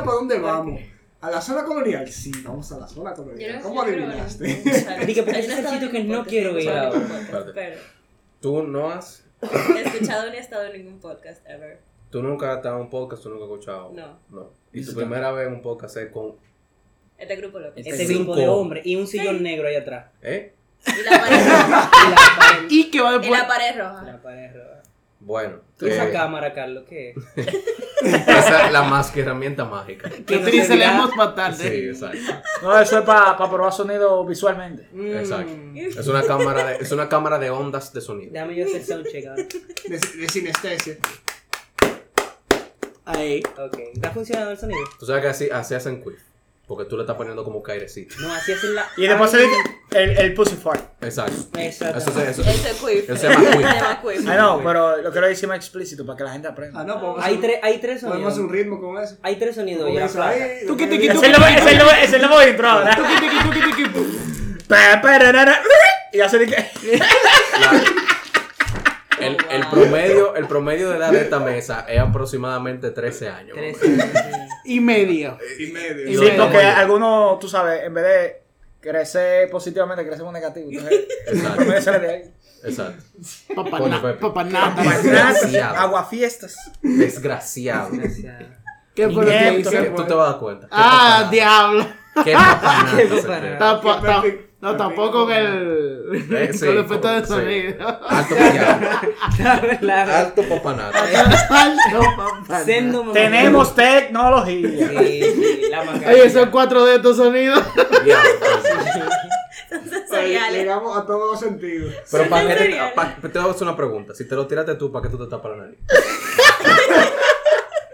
¿Para dónde vamos? ¿A la zona colonial? Sí, vamos a la zona colonial. ¿Cómo adivinaste? Dije, pero ese es el sitio que no quiero ir ahora. Pero Tú no has. he escuchado ni he estado en ningún podcast ever. Tú nunca has estado en un podcast, tú nunca has escuchado. No. No. Y Eso está- tu primera vez en un podcast es con. Este grupo lo que Ese es. grupo de hombres y un sillón negro ahí atrás. ¿Eh? Y la pared, Y la pared, Y que va y después. la pared roja. la pared roja. Bueno. ¿Y esa eh, cámara, Carlos? ¿Qué es? esa es la más que herramienta mágica. Que no Tri se se le vea. hemos matado. Sí, exacto. No, eso es para probar sonido visualmente. Mm. Exacto. Es una cámara de, es una cámara de ondas de sonido. Déjame yo hacer soundcheck ahora. De, de sinestesia. Ahí. Ok. ¿Está funcionando el sonido? Tú sabes que así, así hacen quiz. Porque tú le estás poniendo como que airecito. No, así es la... Y después se le el, el pussy fart. Exacto. Exacto. Eso se, eso, Ese es Quiff. Ese se llama Quiff. Quiff. Ah, no, pero lo quiero decir más explícito para que la gente aprenda. Ah, no, podemos Hay, hacer- tre- hay tres podemos hacer un sonidos. ritmo con eso. Hay tres sonidos Con ya. eso plata. ahí. Tuki, tuki, después- tuki, tuki, es el nuevo- es el nuevo intro ahora. Pa, pa, ra, ra, ra, Y hace de que. el, el promedio, el promedio de edad de esta mesa es aproximadamente 13 años. Tres mamá. sonidos. sí. Y medio. Y medio. Sí, bueno. porque algunos, tú sabes, en vez de crecer positivamente, crecemos negativo. Entonces, Exacto. promedio sale de ahí. Exacto. Coño, Pepe. Papanatas. Papanatas. Desgraciado. Aguafiestas. Desgraciado. Gracias. ¿Qué fue lo que Nieto. hice? ¿Qué- Tú te vas a dar cuenta. Qué Ah, papanada. diablo. Qué papanada Qué se papanada. crea. Tampo- Qué tam- perfecto. no, tampoco con el. Eh, sí, con el efecto de sí. sonido. Alto pillado. Claro. Alto papanada. Alto, papá. Sendo mamá. Tenemos tecnología. Sí, sí, la macarena. Oye, son cuatro de estos sonidos. Diablo. Ahí Sensoriales. Llegamos a todos los sentidos. Pero para que te, Sensoriales. pa- te voy a hacer una pregunta. Si te lo tiraste tú, ¿para qué tú te tapas la nariz?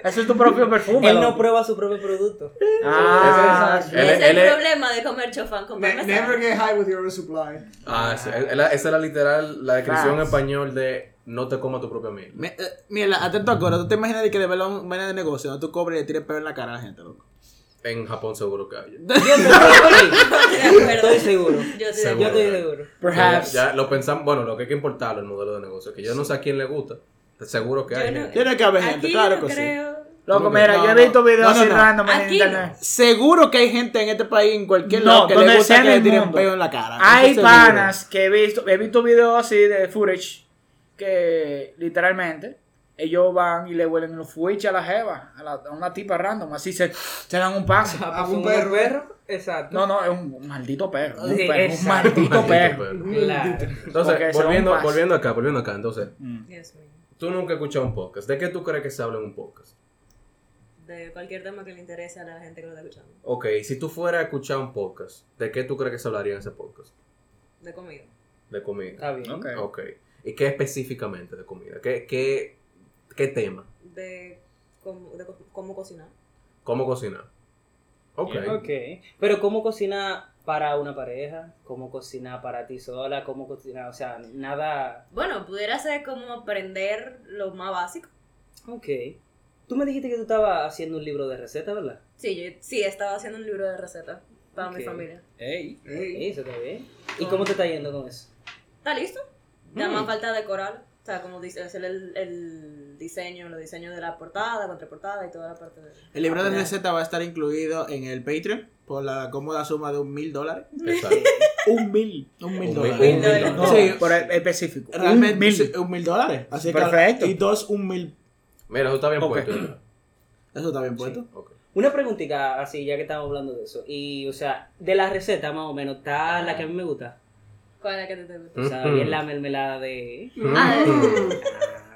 Eso es tu propio perfume. Él no loco. prueba su propio producto. Ah, Ese Ese Él- es él el es- problema de comer chofán con Ne- parmesano. never get high with your own supply. Ah, sí. Es la- esa es la literal, la descripción en Facts. español de no te coma tu propia miel. Me- eh, Mira, atento a coro, tú te imaginas de que de verdad un vaina de negocio, no tú cobres y le tires peor en la cara a la gente, loco. En Japón seguro que hay. Yo estoy seguro. Estoy de Estoy acuerdo. seguro. Yo estoy de Yo Seguro. acuerdo. estoy seguro. Ya, ya lo pensamos, bueno, lo que hay que importarlo el modelo de negocio, que yo no sé a quién le gusta, seguro que Yo hay. no- gente. Tiene que haber gente, Aquí claro yo que sí. creo. Loco, Loco, mira, mira, No, yo he visto videos no, así no. random en Aquí internet. Seguro que hay gente en este país, en cualquier No, lado, que donde le gusta sea que en le el tiren mundo. peo en la cara. Hay Eso seguro. panas que he visto, he visto videos así de footage que literalmente ellos van y le huelen los fuiches a la jeva, a, la- a una tipa random, así se, se dan un paso. Ah, Son un unos perro. perros. Exacto. No, no, es un, un maldito perro, un, Sí, perro, un exacto. maldito Maldito perro. perro. Claro. Porque Entonces, se da un volviendo, paso. volviendo acá, volviendo acá, entonces, Mm. Dios mío. tú nunca has escuchado un podcast, ¿de qué tú crees que se habla en un podcast? De cualquier tema que le interese a la gente que lo está escuchando. Ok, si tú fueras a escuchar un podcast, ¿de qué tú crees que se hablaría en ese podcast? De comida. De comida. Está bien. Ok. Ok, ¿y qué específicamente de comida? ¿Qué, qué, qué tema? De cómo, de co- cómo cocinar. ¿Cómo cocinar? Ok. Ok. Pero ¿cómo cocina para una pareja? ¿Cómo cocina para ti sola? ¿Cómo cocina? O sea, nada... Bueno, pudiera ser como aprender lo más básico. Ok. Tú me dijiste que tú estabas haciendo un libro de recetas, ¿verdad? Sí, yo sí estaba haciendo un libro de recetas para Ok. mi familia. Ey. Ey. Eso está bien. ¿Y cómo te está yendo con eso? ¿Está listo? Nada Mm. más falta decorar. O sea, como dice, hacer el, el diseño, los diseños de la portada, contraportada y toda la parte de... Ah, El libro de receta va a estar incluido en el Patreon por la cómoda suma de un mil dólares. Exacto. Un mil. Un Un mil mil- un dólares. mil dólares. dólares. Sí, por específico. Realmente sí, un mil dólares. Así que- Perfecto. y dos, un mil. Mira, eso está bien Ok. puesto. ¿verdad? Eso está bien puesto. Ok. Una preguntita así, ya que estamos hablando de eso. Y, o sea, de la receta más o menos, está la que a mí me gusta. ¿Cuál es la que te gusta? Mm. O sea, Ujú. es la mermelada de... Ah,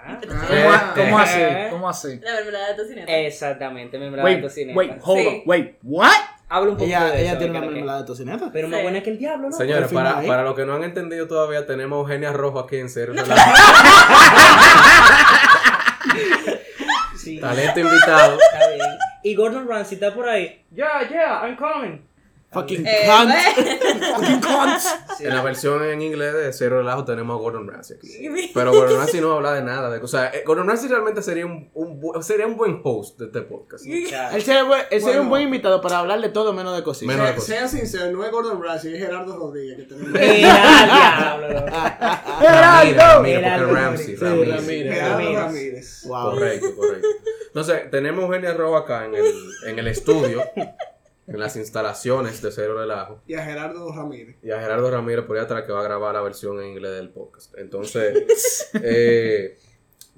Ah, ¿Cómo, a- cómo así? Eh. ¿Cómo así? la mermelada de tocineta. Eh, Exactamente, mermelada de Wait, tocineta. wait, hold Sí. on, wait, what? Habla un poco de Ella, eso. ella a tiene ver qué una es lo que es. mermelada de tocineta. Pero más Sí. buena que el diablo, ¿no? Señores, Confirma para, ahí. para los que no han entendido todavía, tenemos a Eugenia Rojo aquí en serio. Sí. Talento invitado. Está bien. Y Gordon Ramsay está por ahí. Yeah, yeah, I'm coming. Fucking Eh, cunt. bueno. Fucking cunt. En la versión en inglés de Cero Relajo tenemos a Gordon Ramsay aquí. Pero Gordon Ramsay no habla de nada. De, o sea, eh, Gordon Ramsay realmente sería un, un bu- sería un buen host de este podcast. Él sería, bu- él sería un Bueno. buen invitado para hablar de todo menos de cocina. Menos de Sean cosas. sea sincero, no es Gordon Ramsay, es Gerardo Rodríguez que tenemos. Mira, diablo. Ramírez, Ramírez, Gerardo. porque Ramsay, Sí, Ramírez. Ramírez. Gerardo Ramírez. Ramírez. Wow. Correcto, correcto. Entonces, tenemos a Eugenia Roa acá en el, en el estudio, en las instalaciones de Cero Relajo. Y a Gerardo Ramírez. Y a Gerardo Ramírez por ahí atrás que va a grabar la versión en inglés del podcast. Entonces, eh,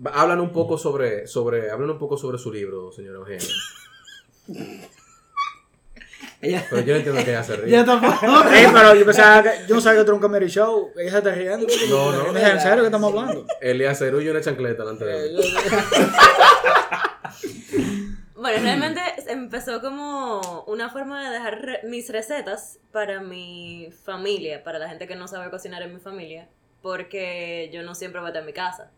va- hablan un poco sobre, sobre, hablan un poco sobre su libro, señora Eugenia. Ella, Pero yo no entiendo que ella se ríe. ella tampoco. Ey, pero yo pensaba que, yo no sabía que tú era un comedy show. Ella se está riendo. No, no. Es en serio que estamos hablando. Elías Cerullo y una chancleta delante de él. Bueno, realmente empezó como una forma de dejar re- mis recetas para mi familia, para la gente que no sabe cocinar en mi familia, porque yo no siempre voy a estar en mi casa.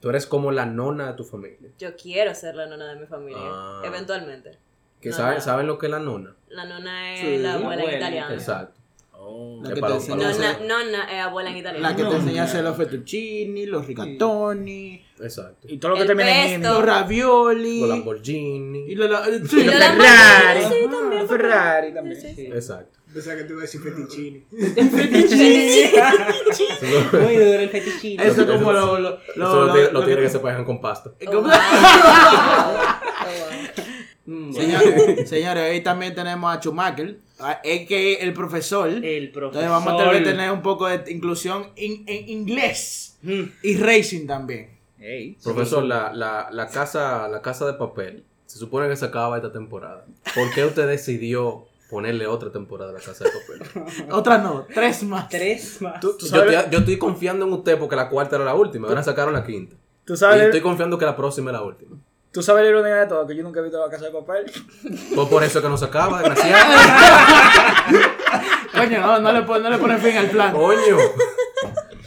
Tú eres como la nona de tu familia. Yo quiero ser la nona de mi familia, Ah. eventualmente. Que No, saben, no. saben lo que es la nona. La nona es Sí, la la abuela en abuela, italiano. Exacto. La Eh, que te perdón, enseñó a perdón. Nonna, hacer- nonna es abuela en italiano. la que te No, enseña a hacer mira. los fettuccini, los rigatoni, Exacto. Y todo lo que El termina en pesto. los ravioli. Los Lamborghini. Y lo la- eh, Y sí, lo la- la- Ferrari. Sí, también, Ah, Ferrari también. Sí, sí. Exacto. Pensaba que te iba a decir fetichini. Muy duro el fetichito. Eso como lo... lo- Eso lo, lo- tiene- lo- lo tiene que se pagan con pasta. ¿Cómo? Ah, Mm, bueno. Señores, señores, hoy también tenemos a Schumacher, a- a.k.a. el profesor. El profesor. Entonces vamos a tener que tener un poco de inclusión in- en inglés Mm. y racing también. Ey. Profesor, la, la, la, casa, la casa de papel se supone que se acaba esta temporada. ¿Por qué usted decidió ponerle otra temporada a la casa de papel? Otra no, tres más. Tres más. Tú- Yo, tú sabes- estoy- yo estoy confiando en usted porque la cuarta era la última. Ahora sacaron la quinta. Tú Y sabes, estoy confiando que la próxima es la última. tú sabes la ironía de todo, que yo nunca he visto la casa de papel. Pues por eso es que no se acaba, desgraciado. Coño, no, no le, pon- no le ponen fin al plan. Coño.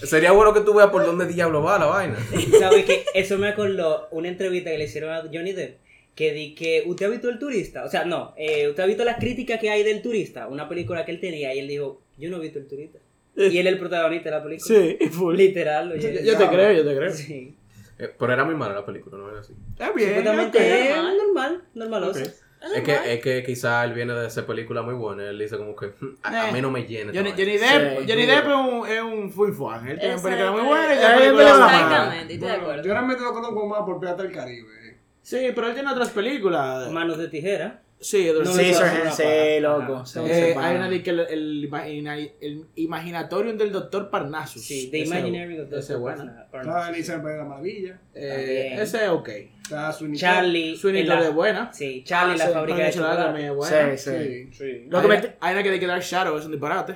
Sería bueno que tú veas por dónde diablo va la vaina. ¿Sabes qué? Eso me acordó una entrevista que le hicieron a Johnny Depp. Que di que usted ha visto el turista. O sea, no. eh, usted ha visto las críticas que hay del turista. Una película que él tenía. Y él dijo, yo no he visto el turista. Y él es el protagonista de la película. Sí, full. Literal. oye. Yo, yo te creo, yo te creo. Sí. Eh, pero era muy mala la película, no era así. Está bien. Supuestamente ok. es normal. Normaloso. Ok. Ah, Es que, es que quizá él viene de esa película muy buena. Él dice como que "Hmm, a, a Eh, mí no me llena. esta Johnny, vaina". Johnny Depp, Sí, Johnny duro. Depp es un, es un full fan. Él tiene una película muy Exacto. buena y Eh, tiene películas pero- malas. Exactamente, estoy de Bueno, acuerdo. yo realmente lo conozco más por Pirata del Caribe. eh. Sí, pero él tiene otras películas. Manos de tijera. Sí, otras No, sí. Sí, eso Sir es una Hensel, paja. loco. Ajá. Sir Eh, Hensel, hay pana. una de que el, el, imagina- el imaginatorium del doctor Parnassus. Sí, The Pues, Ese- Imaginary of the ese es bueno. Está Alicia en el País de la Maravilla. Eh, También. ese es ok. Está su Charlie. Su en historia la- es buena. Sí, Charlie, la Sí, fábrica Parque de Chocolate chocolate. también es Sí, buena. sí. Sí. Lo que Hay- me- Hay una que de que Dark Shadow es un disparate.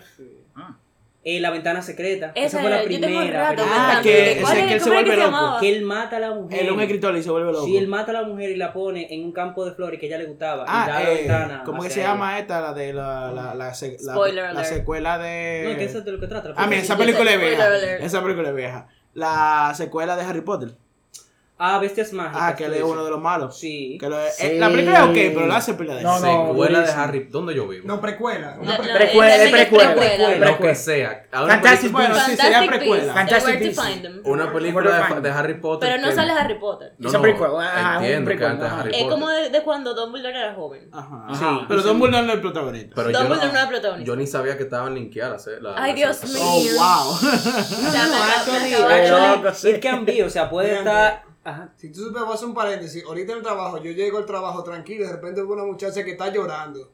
Eh, la ventana secreta. Esa, Esa fue la yo tengo un primera. rato pero- Ah, pensando, que- ¿de ese ¿cuál que era? él se ¿Cómo era vuelve se loco. llamaba? que él mata a la mujer. Él es un escritor y se vuelve loco. Si él mata a la mujer y la pone en un campo de flores que ya le gustaba, y Ah, da la ventana. eh, ¿cómo que hacia se ella. llama esta? La de la, la, la, se- la- Spoiler la alert. secuela de. No, es que eso es de lo que trata. la Ah, mira, esa película. película es Spoiler vieja. alert. Esa película es vieja. La secuela de Harry Potter. Ah, bestias mágicas. Ah, que tú él es dices. uno de los malos. Sí. Que lo- eh, Sí. La película es ok, pero la hace pila de No, no. Secuela de durísimo. Harry. ¿Dónde yo vivo? No, precuela. La- Una la- precuela. Precuela, esa que es precuela. Lo Precuela. que sea. Ahora, Fantastic Bueno, sí, Fantastic sería Beasts precuela. and Fantastic Where to Beasts. Find Them. Una película de, de Harry Potter. Pero no que- sale Harry Potter. No, Es un no, prequel, ajá, es un Entiendo que prequel, antes de ajá. Harry Es Potter. como de, de cuando Dumbledore era joven. Ajá. Ajá. Pero Dumbledore no es el protagonista. Pero yo Dumbledore no, no era protagonista. yo ni sabía que estaban linkeadas. eh, la- Ay, la- Dios la- mío. Oh, wow. O sea, me acabo- me Actually, acabo- eh, actually, loco, sí. it can be, o sea, puede Mira, estar. Ajá. Si tú supieras, voy a hacer un paréntesis. Ahorita en el trabajo, yo llego al trabajo tranquilo y de repente veo una muchacha que está llorando.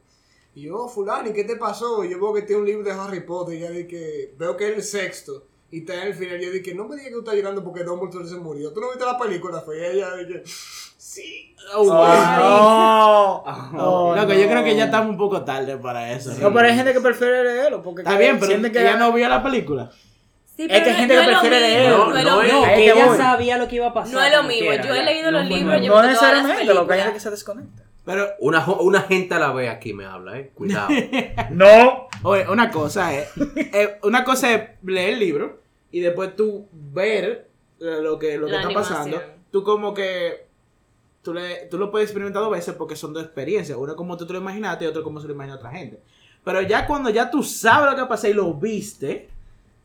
Y yo, Fulani, ¿qué te pasó? Y yo veo que tiene un libro de Harry Potter. Y ya dije, veo que es el sexto. Y está en el final. Yo dije, no me digas que tú estás llorando porque Dumbledore se murió. ¿Tú no viste la película? Fue y ella. Dije, sí. Oh, wow. Oh, no. Loco, yo creo que ya estamos un poco tarde para eso. No, pero hay gente que prefiere leerlo porque Está bien, pero sienten que ella no vio la película. Sí, Es pero que hay gente no que es lo prefiere mismo, leer. No es No, lo no, mismo. No, Ahí que te ella voy. sabía lo que iba a pasar. No es lo como mismo. quiera, Yo he ya. leído los No, libros, bueno. yo- No todas las necesariamente, lo que hay películas. gente que se desconecta. Pero, Una, jo- una gente a la vez aquí me habla, eh. Cuidado. No. oye, una cosa es. eh, una cosa es leer el libro y después tú ver eh, lo que, lo que La está animación. pasando. Tú como que. Tú, le- tú lo puedes experimentar dos veces porque son dos experiencias. Una como tú te lo imaginaste y otra como se lo imagina otra gente. Pero ya cuando ya tú sabes lo que pasa y lo viste,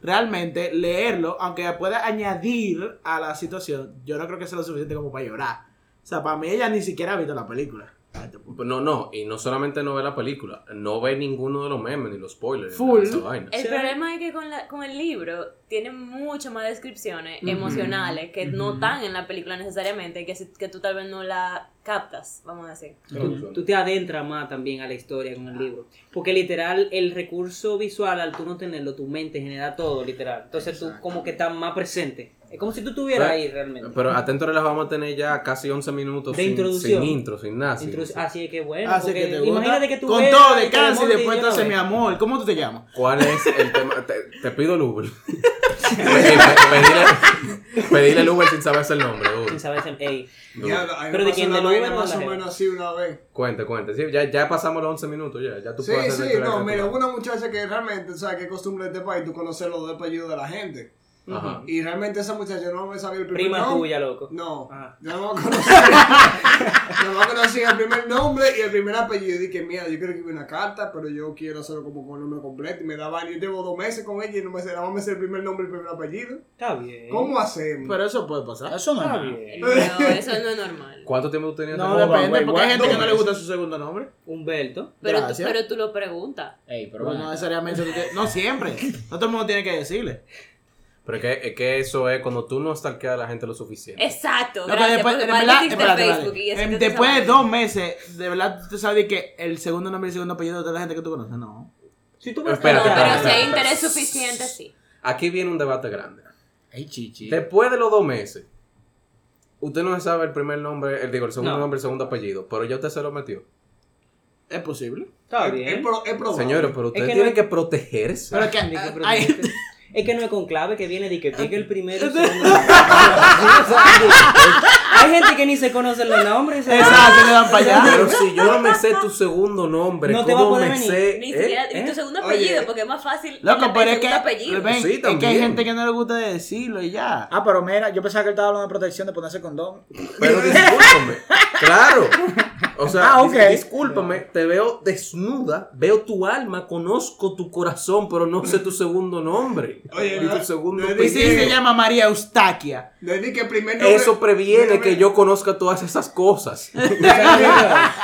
realmente leerlo, aunque pueda añadir a la situación, yo no creo que sea lo suficiente como para llorar. O sea, para mí ella ni siquiera ha visto la película. a este punto. No, no. Y no solamente no ve la película. No ve ninguno de los memes ni los spoilers. ni Full. esa vaina. El Sí. problema es que con, la- con el libro tiene muchas más descripciones emocionales que no están en la película necesariamente, que, si- que tú tal vez no la captas, vamos a decir. Tú, tú te adentras más también a la historia con el libro. Porque literal, el recurso visual, al tú no tenerlo, tu mente genera todo, literal. Entonces tú como que estás más presente. Es como si tú estuvieras Pues, ahí realmente. Pero atento las vamos a tener ya casi 11 minutos De sin, introducción. sin intro, sin nada. sin- Introdu- Así que bueno, Hace porque que te imagínate gusta. que tú Con veas todo y de te casi y montes después de tú una haces mi vez. amor. ¿Cómo tú te llamas? ¿Cuál es el tema? Te, te pido el Uber. pedirle, pedirle el Uber sin saberse el nombre. Uber. Sin saber, ey, No. Diablo, a mí Pero me de pasó quién, una del vaina Uber o más la o jeva. menos así una vez. Cuente, cuente. Sí, ya, ya pasamos los 11 minutos. Ya, ya tú Sí, puedes hacer sí, la historia no, que mira, tú hubo una muchacha que realmente, ¿sabes qué costumbre de este país? Tú conoces los dos apellidos de la gente. quieras. Ajá. Y realmente esa muchacha no me sabía el primer prima nombre. tuya, loco. No, Ah. yo no me conocía. no me conocía el primer nombre y el primer apellido. Y dije, mira, yo quiero escribir una carta, pero yo quiero hacerlo como con el nombre completo. Y me daban, yo llevo dos meses con ella y no me sé, nada más me sé el primer nombre y el primer apellido. Está bien. ¿Cómo hacemos? Pero eso puede pasar. Eso no es Está nada. bien. Pero eso no es normal. ¿Cuánto tiempo tú tenías? No, Hold on, depende, wait, porque hay what? gente que no le Nombres. gusta su segundo nombre. Humberto. Pero tú, Gracias. pero tú lo preguntas. Ey, pero Pero no bueno, necesariamente tú tienes- No siempre. No todo el mundo tiene que decirle. Pero es que, es que eso es cuando tú no stalkeas a la gente lo suficiente. Exacto. No, que gracias, después, porque en para verdad, eso existe espérate, Facebook espérate. y eso Em, que tú después de sabes. dos meses, de verdad tú sabes que el segundo nombre y el segundo apellido de la gente que tú conoces, no. Si tú me Espérate, No, pero espérate, si espérate. hay interés suficiente, sí. Aquí viene un debate grande. ey, chichi. Después de los dos meses, usted no sabe el primer nombre, el, digo, el segundo No. nombre, el segundo apellido, pero ya usted se lo metió. Es posible. Está es, es bien. pro- es probable. Señores, pues, pero que ustedes no tienen hay- que protegerse. Pero que Ni que ay, proteste. Es que no es con clave que viene de que pique el primero. el segundo. Hay gente que ni se conocen los nombres. Ah. ¿sabes? Exacto, le dan para allá. Pero si yo no me sé tu segundo nombre, No te va a ¿cómo poder me venir. sé? Ni eh? siquiera, y tu segundo Oye. apellido, porque es más fácil. Loco, el pero es segundo que, apellido. ven, Sí, es que hay también. gente que no le gusta decirlo y ya. Ah, pero mira, yo pensaba que él estaba hablando de protección de ponerse condón. Pero discúlpame. claro. O sea, Ah, ok. dis- discúlpame, te veo desnuda, veo tu alma, conozco tu corazón, pero no sé tu segundo nombre. Oye, ni ¿verdad? tu segundo Le Y sí, Oye. apellido. se llama María Eustaquia. Le di que el primer nombre. Eso previene Mira, que mira. yo conozca todas esas cosas.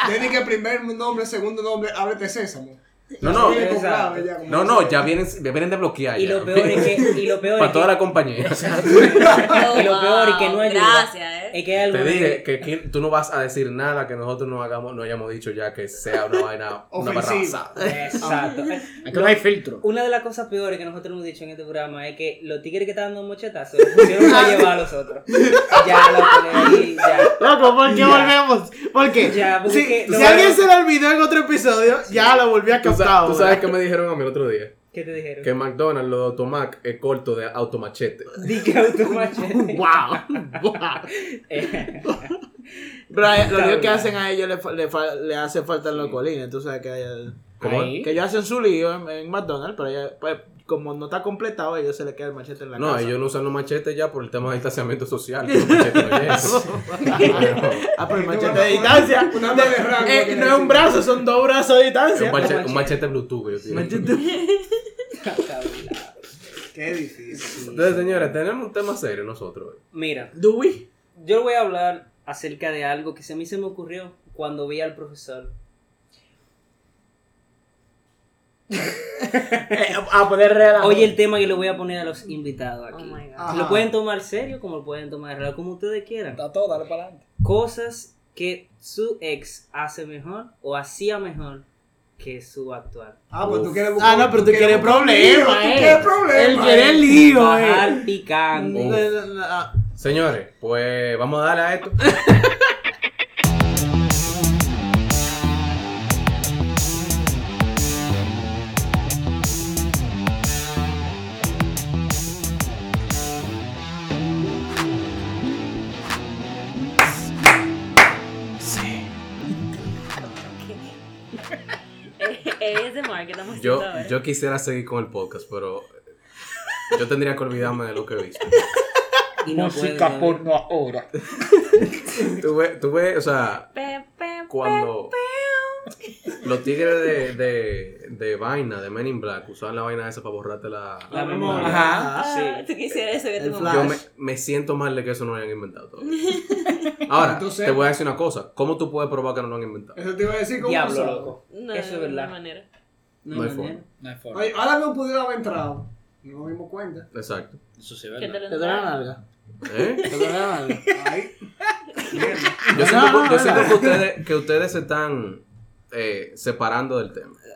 Le di que el primer nombre, segundo nombre, ábrete sésamo. No, no. Viene con exacto. clave ya, como No, dice. no, ya vienen, ya vienen de bloquear. Y ya. lo peor es que. Y lo peor es Para que, toda la compañía. Oh, y lo peor es que no wow, ayuda. Gracias, eh. Es que hay Te algunos que- dije que aquí tú no vas a decir nada que nosotros no hagamos, no hayamos dicho ya que sea una vaina, una barra Ofensiva. basada. Exacto. Aquí no hay filtro. Una de las cosas peores que nosotros hemos dicho en este programa es que los tigres que están dando mochetazos los pusieron a llevar a los otros. Ya, lo que ahí, ya. Loco, ¿por qué Ya. volvemos? ¿Por qué? Ya, porque si que- si no, alguien no. se lo olvidó en otro episodio, ya lo volví a Tú, captar. sa- tú ahora. sabes que me dijeron a mí el otro día ¿Qué te dijeron? que McDonald's lo de Automac es corto de automachete. Di que automachete. Wow, wow. Eh, Pero a- lo Está único que bien. hacen a ellos le, fa- le, fa- le hace falta en los colines. Tú sabes que, hay- ¿Cómo es? Ahí. que ellos hacen su lío en, en McDonald's, pero ella- pues, como no está completado, a ellos se le queda el machete en la No, casa. ellos no usan los machetes ya por el tema de distanciamiento social. que los machetes no llegan. ah, pero el machete de distancia. Una arma de rango, Eh, quiere no es un decir. brazo, son dos brazos de distancia. un, machete, un machete Bluetooth. yo digo. cabulado. Qué difícil. Entonces, señores, tenemos un tema serio nosotros. hoy. Mira, Dewey. yo voy a hablar acerca de algo que se- a mí se me ocurrió cuando vi al profesor. Eh, a poner Ah, relajo. Oye, el tema que le voy a poner a los invitados Oh aquí. my God. Ajá. Lo pueden tomar serio como lo pueden tomar raro, como ustedes quieran. Está todo, dale para adelante. Cosas que su ex hace mejor o hacía mejor que su actual. Ah, pues tú Uf. quieres Ah, no, pero tú quieres problemas, Tú eh. quieres problemas. Él quiere el lío, eh. Bajar picante. Uf. No, no, no, ah. Señores, pues vamos a darle a esto. Es de Mark, que estamos Yo, haciendo ahora. yo quisiera seguir con el podcast, pero yo tendría que olvidarme de lo que he visto. Y no Música puede, porno ahora. Tuve, tuve, o sea, Pe, pe, cuando los tigres de, de, de vaina, de Men in Black, usaban la vaina esa para borrarte la, La memoria. Ajá. Ah, Sí. Tú quisieras eso que El tu flash. mamá. Yo me, me siento mal de que eso no lo hayan inventado todavía. Ahora, Entonces- te voy a decir una cosa. ¿Cómo tú puedes probar que no lo han inventado? Eso te iba a decir como Diablo, usado. loco. No, Eso es de verdad. ninguna manera. No hay manera. forma. No hay forma. Oye, ahora no pudiera haber entrado. No nos dimos cuenta. Exacto. Eso sí, Que te lo ¿verdad? Te duele la entraran. nalga. ¿Eh? ¿Te acuerdas, madre? Ay, Yo siento, No, no, que- yo no, siento no. que ustedes que ustedes se están eh, separando del tema.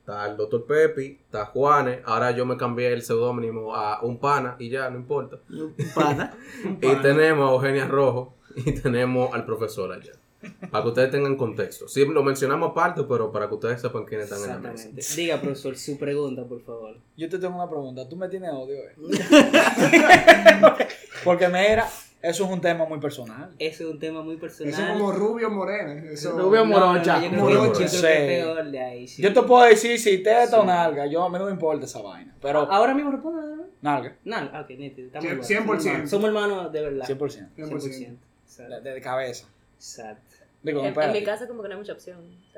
está el Dr. Pepi, está Juanes. Ahora yo me cambié el seudónimo a un pana y ya, no importa. pana. Y tenemos a Eugenia Rojo y tenemos al profesor allá. Para que ustedes tengan contexto. Sí, lo mencionamos aparte, pero para que ustedes sepan quiénes están en la mesa. Exactamente. Diga, profesor, su pregunta, por favor. Yo te tengo una pregunta. Tú me tienes odio, eh. Porque mira, eso es un tema muy personal. Eso es un tema muy personal. Eso es como rubio morena. Eso. Rubio No, no, no, morocha. yo creo que- Morocha. yo creo que es peor de ahí, sí. Yo te puedo decir si teta o nalga. Yo a mí no me importa esa vaina. Pero Ahora mismo respondo, ¿no? nalga, No, no, ok, nítido, estamos Cien- igual, cien por somos cien. hermanos, Somos hermanos de verdad. 100%. 100%. 100%. De, Exacto. de cabeza. Exacto. Digo, En, en espérate. mi casa como que no hay mucha opción. o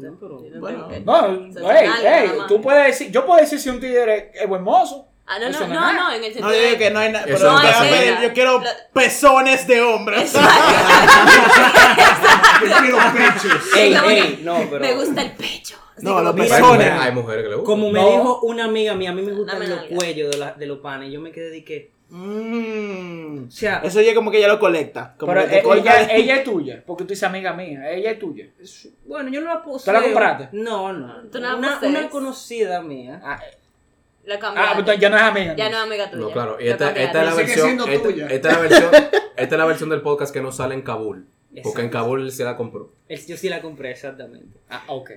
sea, No, pero- yo no Bueno. tengo que- No, O sea, hey, nalga, hey, nada tú más. puedes decir, yo puedo decir si un tigre es buen mozo. Ah, no, Eso no, no es no, nada. no, en el sentido No digo de- que no hay nada, Eso pero no voy a pasa. pedir- yo quiero Lo- pezones de hombres. Yo quiero pechos. Ey, no, ey, no, pero. Me gusta el pecho. Así No, como- los Hay mujeres, hay pezones. mujeres que le gustan. Como me No. dijo una amiga mía, a mí me Dame gustan los nalga. cuellos de, la- de los panes. Yo me quedé de que. Mm. O sea, Eso ya como que ya lo colecta. Como Pero que te eh, colga ella, de- ella es tuya, porque tú dices amiga mía, ella es tuya. bueno, yo no la puse. ¿Tú la compraste? No, no. ¿Tú no la una, posees? una conocida mía. Ah, La ah, cambiaste. entonces ya no es amiga. Ya no entonces. es amiga tuya. No, claro. Y Lo esta, cambiaste. esta es la Sigue versión. siendo Esta, tuya. esta es la versión esta es la versión del podcast que no sale en Kabul. Porque en Exacto. Kabul él se la compró. Es- Yo sí la compré, exactamente. Ah, ok.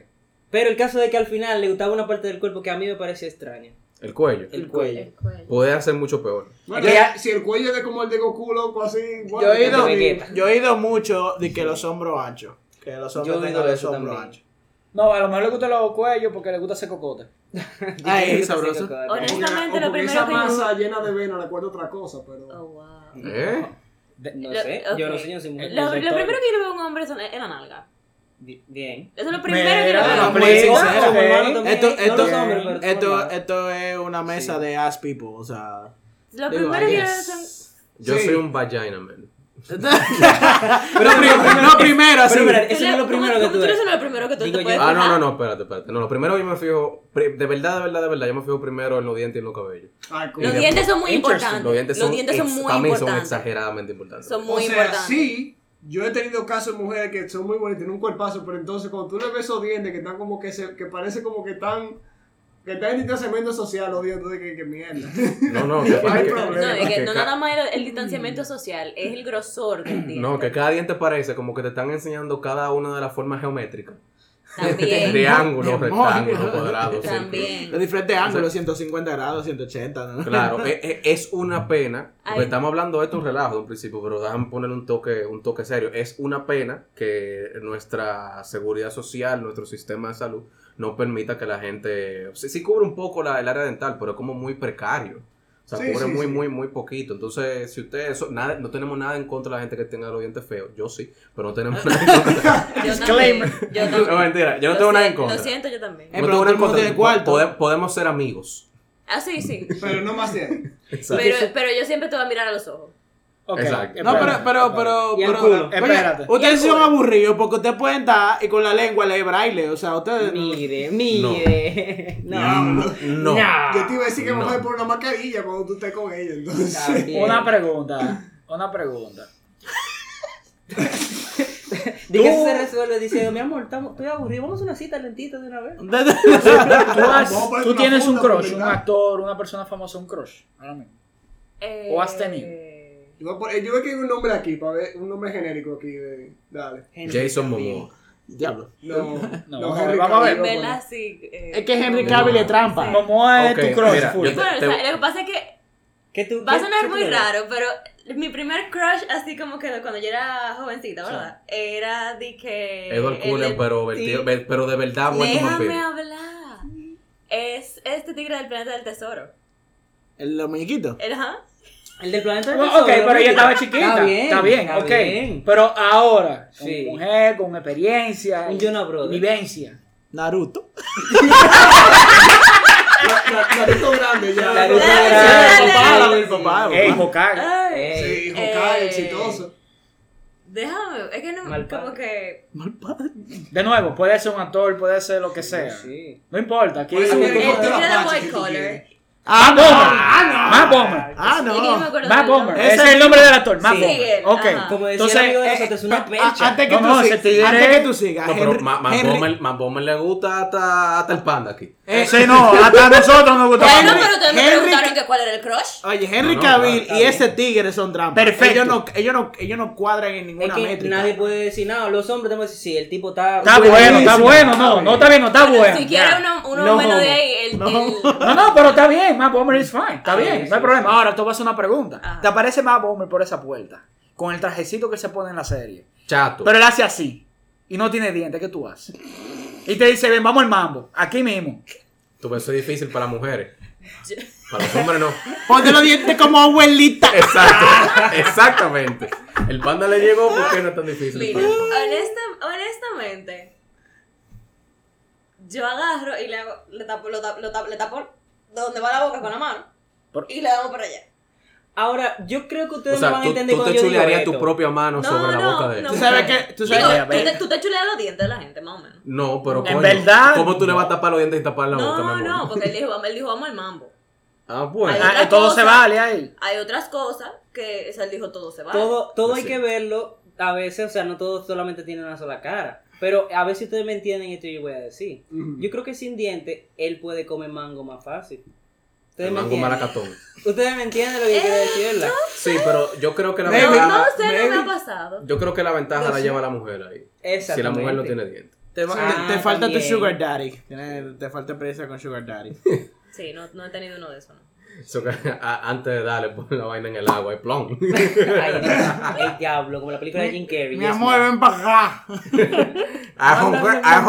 Pero el caso de que al final le gustaba una parte del cuerpo que a mí me parecía extraña. El cuello. El El cuello. cuello. Podría ser mucho peor. Bueno, Ella- si el cuello es de como el de Goku, loco, así. Yo he de oído, Vegeta. yo he oído mucho de que los hombros anchos. Que los hombres Yo he tengan oído los eso hombros también. anchos. No, a lo mejor le gustan los cuellos porque le gusta hacer cocote. Ay, Dije, "Yo no sé es sabroso". qué cosa". Honestamente, O lo porque primero esa que masa llena de vena, recuerdo otra cosa, Oh, pero. wow. ¿Eh? No Lo- sé, yo no ok. sé, yo soy mujer. Lo, lo soy primero todo. que yo le veo a un hombre son- es la nalga. Bi- Bien. Eso es lo primero que yo le Mira, veo. hombre, Hombre, sincero, hombre, ¿eh? hermano, también. Esto, no esto, los hombres, pero son esto, más. esto es una mesa de ass people, o sea. Lo Digo, primero que yo le veo yes. son... Yo Sí. soy un vagina man. Pero primero, no primero, así. Pero espera, Tú eso le- no es lo tú- primero que tú Tú eres ves. lo primero que tú Digo te yo. puedes Ah, no, fijar. no, no, espérate, espérate. No, lo primero yo me fijo, pri- de verdad, de verdad, de verdad, yo me fijo primero en los dientes y en los cabellos. Ah, cool. Los dientes son muy Interesting. importantes. Los dientes son, ex- muy para mí son importantes. exageradamente importantes. Son o muy sea, importantes. sí, yo he tenido casos de mujeres que son muy bonitas, tienen un cuerpazo, pero entonces cuando tú le ves esos dientes que están como que se, que parece como que están, que están en distanciamiento social, los dientes, tú dices que, que mierda. No, no, que, hay que- problema. No, es que no ca- Mm. nada más el, el distanciamiento social, es el grosor del diente. no, que cada diente parece como que te están enseñando cada una de las formas geométricas. También. Triángulo, Demonio. rectángulo, cuadrado, círculo. también. Los diferentes ángulos, 150 grados, 180, ¿no? Claro, e- e- es, una pena, porque Ay. estamos hablando de esto un relajo en principio, pero déjame poner un toque, un toque serio. Es una pena que nuestra seguridad social, nuestro sistema de salud, no permita que la gente, sí, sí cubre un poco la- el área dental, pero es como muy precario. O sea, Sí, cubre sí, muy, sí. muy, muy poquito. Entonces, si ustedes, eso- nada, no tenemos nada en contra de la gente que tenga los dientes feos. Yo sí, pero no tenemos nada en contra. Yo Disclaimer. También, yo también. no, mentira, yo no Lo tengo nada en siento, contra. Lo siento, yo también. Eh, No pero tengo todo nada el en mundo contra. tiene cuarto. Pode- podemos ser amigos. Ah, sí, sí. Pero no más de ahí. Pero, pero yo siempre te voy a mirar a los ojos. Ok, Exacto. No, pero, espérate, pero, espérate. pero. Y el pero- culo. Oye, Espérate. Ustedes son aburridos porque ustedes pueden estar y con la lengua leer braille, o sea, ustedes. Mire, mire. No. Mm, No. Yo te iba a decir que No. vamos a ir por una mascarilla cuando tú estés con ella, entonces. También. Una pregunta, una pregunta. Di que Tú- se resuelve diciendo, mi amor, estamos- estoy aburrido, vamos a una cita lentita de una vez. ¿Tú, has- Vamos a poner tú una tienes un funda crush, un fundamental. actor, una persona famosa, un crush. Ahora mismo. Eh, ¿O has tenido? Yo voy a poner- yo voy a escribir un nombre aquí, para ver, un nombre genérico aquí. De, dale. Jason Momoa. Diablo. No, No, no, vamos a ver, Henry vamos a ver. En Cavill, voy a verdad, sí. eh, Es que Henry no. Cavill es trampa. Momoa es Ok, tu crush, mira, full. yo Bueno, o Te- sea, lo que pasa es que ¿Qué tú, va a qué- sonar qué tú muy le das? raro, pero mi primer crush, así como que cuando yo era jovencita, ¿verdad? Era de que. Edward Cullen, el- pero, Eh, sí. vertido- ver- pero de verdad, este bueno, Déjame vampiro. hablar. Es este tigre del planeta del tesoro. ¿El- ¿Los muñequitos? Él, Ajá. El del planeta del No, tesoro, ok, pero ella mira. estaba chiquita. Está bien, está bien está ok. bien. Pero ahora, con Sí. mujer, con experiencia, Un y Jonah Brother. vivencia. Naruto. Naruto grande ya. Naruto Sí, grande. el papá, Sí. el papá. Ey, el papá. Hokage. Ay, Sí, Ey, Hokage, Eh. exitoso. déjame, es que no, Mal como padre. que... De nuevo, puede ser un actor, puede ser lo que sea. Sí. No importa. Aquí Puede ser un El Como de tigre los de machos White Pues, que tú Collar. quieres. Ah, no. Más Bomber. Ah, Es que yo me no. acuerdo Más del Bomber. nombre. Ese es el nombre del actor. Más Sí. Bomber. Miguel, Ok. ajá. Ah. Como decía Entonces, el amigo de eh, nosotros, es una Ah, percha. Antes que No, tú no, sigas, ese tigre- antes que tú sigas, No, pero Henry- Ma- Ma- Henry- Bomber- Ma- Bomber le gusta hasta, hasta el panda aquí. Eh, Sí, no, hasta a nosotros nos gusta. Bueno, Bomber. pero ustedes me Henry- preguntaron que cuál era el crush. Oye, Henry No, no, Cavill está y ese tigre son trampas. Perfecto. Ellos no, ellos no, ellos no cuadran en Es ninguna que métrica. nadie puede decir nada. Los hombres tenemos que decir, sí, el tipo está. Está bueno, está bueno. No, no está bien, no está bueno. Si quiere Ya. uno, uno No. menos de ahí, el... No. el- No, no, pero está bien. Más Bomber is fine. Está Sí, bien, sí, no hay problema. Ahora, tú vas a hacer una pregunta. Ajá. Te aparece más Bomber por esa puerta. Con el trajecito que se pone en la serie. Chato. Pero él hace así. Y no tiene dientes. ¿Qué tú haces? Y te dice, ven, vamos al mambo. Aquí mismo. Tu beso es difícil para las mujeres. Para los hombres no. Ponte los dientes como abuelita. Exacto. Exactamente. El panda le llegó porque no es tan difícil. Mira, honesta- honestamente, yo agarro y le, hago, le, tapo, lo tapo, lo tapo, le tapo donde va la boca con la mano Por- y le damos para allá. Ahora, yo creo que ustedes O sea, no van a tú, entender tú te cuando yo digo chulearías tu esto. propia mano No, sobre la no, boca de él. no. Tú sabes que, tú Digo, sabes Venga, tú, venga. te, tú te chuleas los dientes de la gente, más o menos. No, pero En coño, verdad. ¿Cómo tú le vas a tapar los dientes y tapar la boca, mi No, amor? no, porque él dijo, vamos- él dijo, vamos al mambo. Ah, bueno. Ay, Ah, otra todo cosa. se vale ahí. Hay otras cosas que, o sea, él dijo, todo se va. Todo, todo Sí. hay que verlo a veces, o sea, no todos solamente tienen una sola cara. Pero a ver si ustedes me entienden esto que yo voy a decir. Ujú. Yo creo que sin dientes, él puede comer mango más fácil. ¿Ustedes El me mango entienden? maracatón. ¿Ustedes me entienden lo que Eh, quiero decir, verdad? Sí, pero yo creo que la No, Maybe, no ventaja. sé, no me maybe. ha pasado. Yo creo que la ventaja la lleva la mujer ahí. Si la Exactamente. mujer no tiene dientes. Te, va- Ah, te- te falta también. tu sugar daddy. Tienes- Te falta experiencia con sugar daddy. Sí, no, no he tenido uno de esos, ¿no? Eso que- a- antes de darle, pon la vaina en el agua y plom. Ay, el diablo, como la película de Jim Carrey. Mi Yes, amor, ma'am. ven para acá. I hope Ah,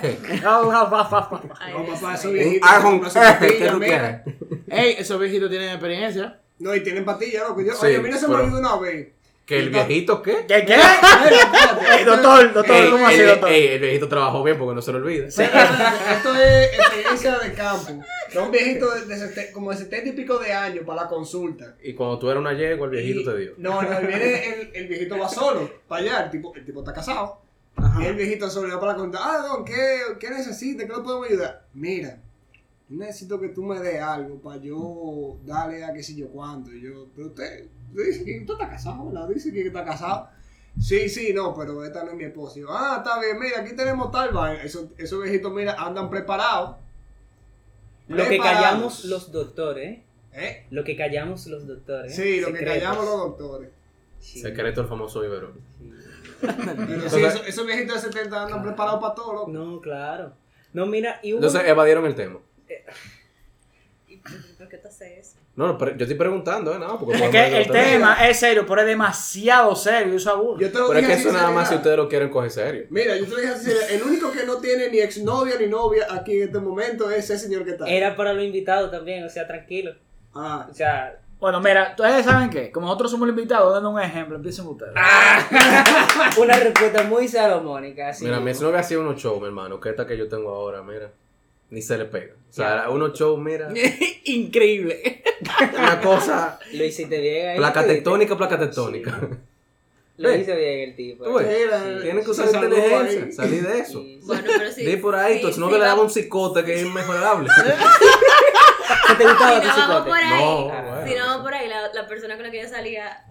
Ay, No, Dios papá, mío. esos viejitos. I compran su patilla, eh, tú mira. quieres? Ey, esos viejitos tienen experiencia. No, y tienen patillas, loco. Yo, Sí, oye, a mí no se me pero- olvidó una vez. ¿Que el viejito qué? ¿Qué? ¿Qué? Espérate, doctor, doctor, Ey, ¿cómo así, el- doctor? ey, el viejito trabajó bien porque no se lo olvida. Esto es experiencia de campo. Es un viejito de, de sete- como de setenta y pico de años para la consulta. Y cuando tú eras una yegua, el viejito Y- te dio. No, no, y viene el, el viejito va solo para allá. El tipo, el tipo está casado. Y el viejito se olvidó para la consulta. Ah, don, ¿qué, qué necesita? ¿Qué lo podemos ayudar? Mira, yo necesito que tú me des algo para yo darle a qué sé yo cuánto. Y yo, pero usted, usted dice que usted está casado, ¿verdad? Dice que está casado. Sí, sí, no, pero esta no es mi esposa. Y yo, ah, está bien, mira, aquí tenemos tal vaina. Esos, esos viejitos, mira, andan preparados. Lo que Preparados. callamos los doctores. ¿Eh? Lo que callamos los doctores. Sí, lo que Secretos. callamos los doctores. Sí. Secreto el famoso Iberón. Pero sí, Entonces- esos, esos viejitos de 70 andan preparados para todo, loco. No, claro. No, mira, y hubo- Entonces evadieron el tema. ¿Y ¿Por qué te haces eso? No, no, pero yo estoy preguntando, ¿eh? Nada, porque Es podemos que hablar de el otra cosa. tema es serio, pero es demasiado serio, eso aburre. Yo te lo Pero es dije que eso sin nada más si seriedad. ustedes lo quieren coger serio. Mira, yo te lo dije así, el único que no tiene ni exnovia ni novia aquí en este momento es ese señor que está. ahí. Era para los invitados también, o sea, tranquilo. Ah. O sea, Bueno, mira, ustedes saben qué, como nosotros somos los invitados, dando un ejemplo, empiecen ustedes. Ah. una respuesta muy salomónica. Así. Mira, mi exnovia hacía unos shows, mi hermano, que esta que yo tengo ahora, mira. Ni se le pega. O sea, era unos shows, mira. Increíble. Una cosa. Lo hiciste bien ahí. Placa ¿viste? tectónica, placa tectónica. Lo Ven. hizo bien el tipo. Tú ves, Era- Tienen Pues, que se usar salvó inteligencia. ahí. Salir de eso. Sí. Bueno, pero sí. Di por ahí, sí, tu exnovia sí, le daba vamos- un psicote que es inmejorable. ¿Qué te gustaba Si tu no vamos psicote? por ahí, No, si no bueno. vamos por ahí, la, la persona con la que yo salía,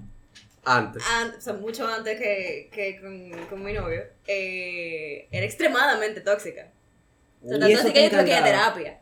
Antes. an- o sea, mucho antes que, que con, con mi novio, eh, era extremadamente tóxica. O sea, Y tanto eso así te que yo tuve que ir a encantaba. terapia.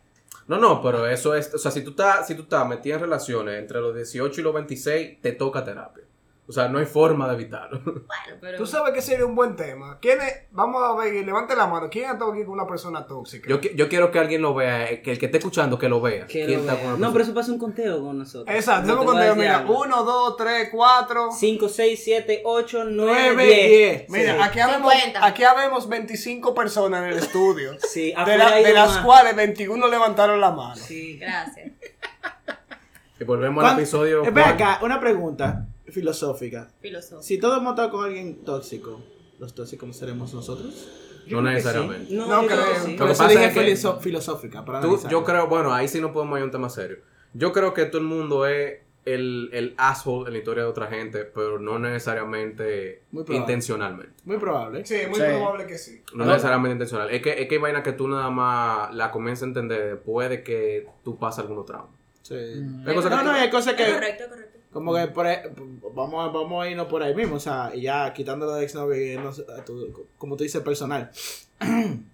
No, no, pero eso es. O sea, si tú estás si tú estás metida en relaciones entre los 18 y los 26, te toca terapia. O sea, no hay forma de evitarlo. Bueno, pero. Tú sabes que sería un buen tema. ¿Quién es? Vamos a ver, levante la mano. ¿Quién ha estado aquí con una persona tóxica? Yo, qui- yo quiero que alguien lo vea, eh, que el que esté escuchando que lo vea. Que ¿Quién lo está vea. con la No, persona? pero eso pasa un conteo con nosotros. Exacto, No hacemos te voy a conteo. decir Mira, algo. 1, 2, 3, 4, 5, 6, 7, 8, 9, 9, 10. 10. Mira, aquí, habemos, 50. aquí habemos 25 personas en el estudio. Sí, de, afuera la- hay de una las más. cuales 21 levantaron la mano. Sí. Gracias. Y volvemos al Cuan- episodio. Eh, Ve Juan. acá, una pregunta filosófica. Filosofía. Si todos hemos estado con alguien tóxico, ¿los tóxicos seremos nosotros? No necesariamente. No, No yo creo que creo. sí. Lo Por que eso pasa dije es que- filiso- filosófica. Para Tú- analizarlo. yo creo, bueno, ahí sí no podemos ir a un tema serio. Yo creo que todo el mundo es el, el asshole en la historia de otra gente, pero no necesariamente Muy probable. intencionalmente. Muy probable. Sí, es muy Sí. probable que sí. No Ah, no. necesariamente intencional. Es que, es que hay vaina que tú nada más la comienzas a entender después de que tú pasas algunos traumas. Sí. Mm. Hay cosas no, que- no, hay cosas que. Correcto, correcto. Como que por ahí- vamos, a- vamos a irnos por ahí mismo. O sea, y ya quitándolo de exnovio y irnos a tu- como tú dices, personal.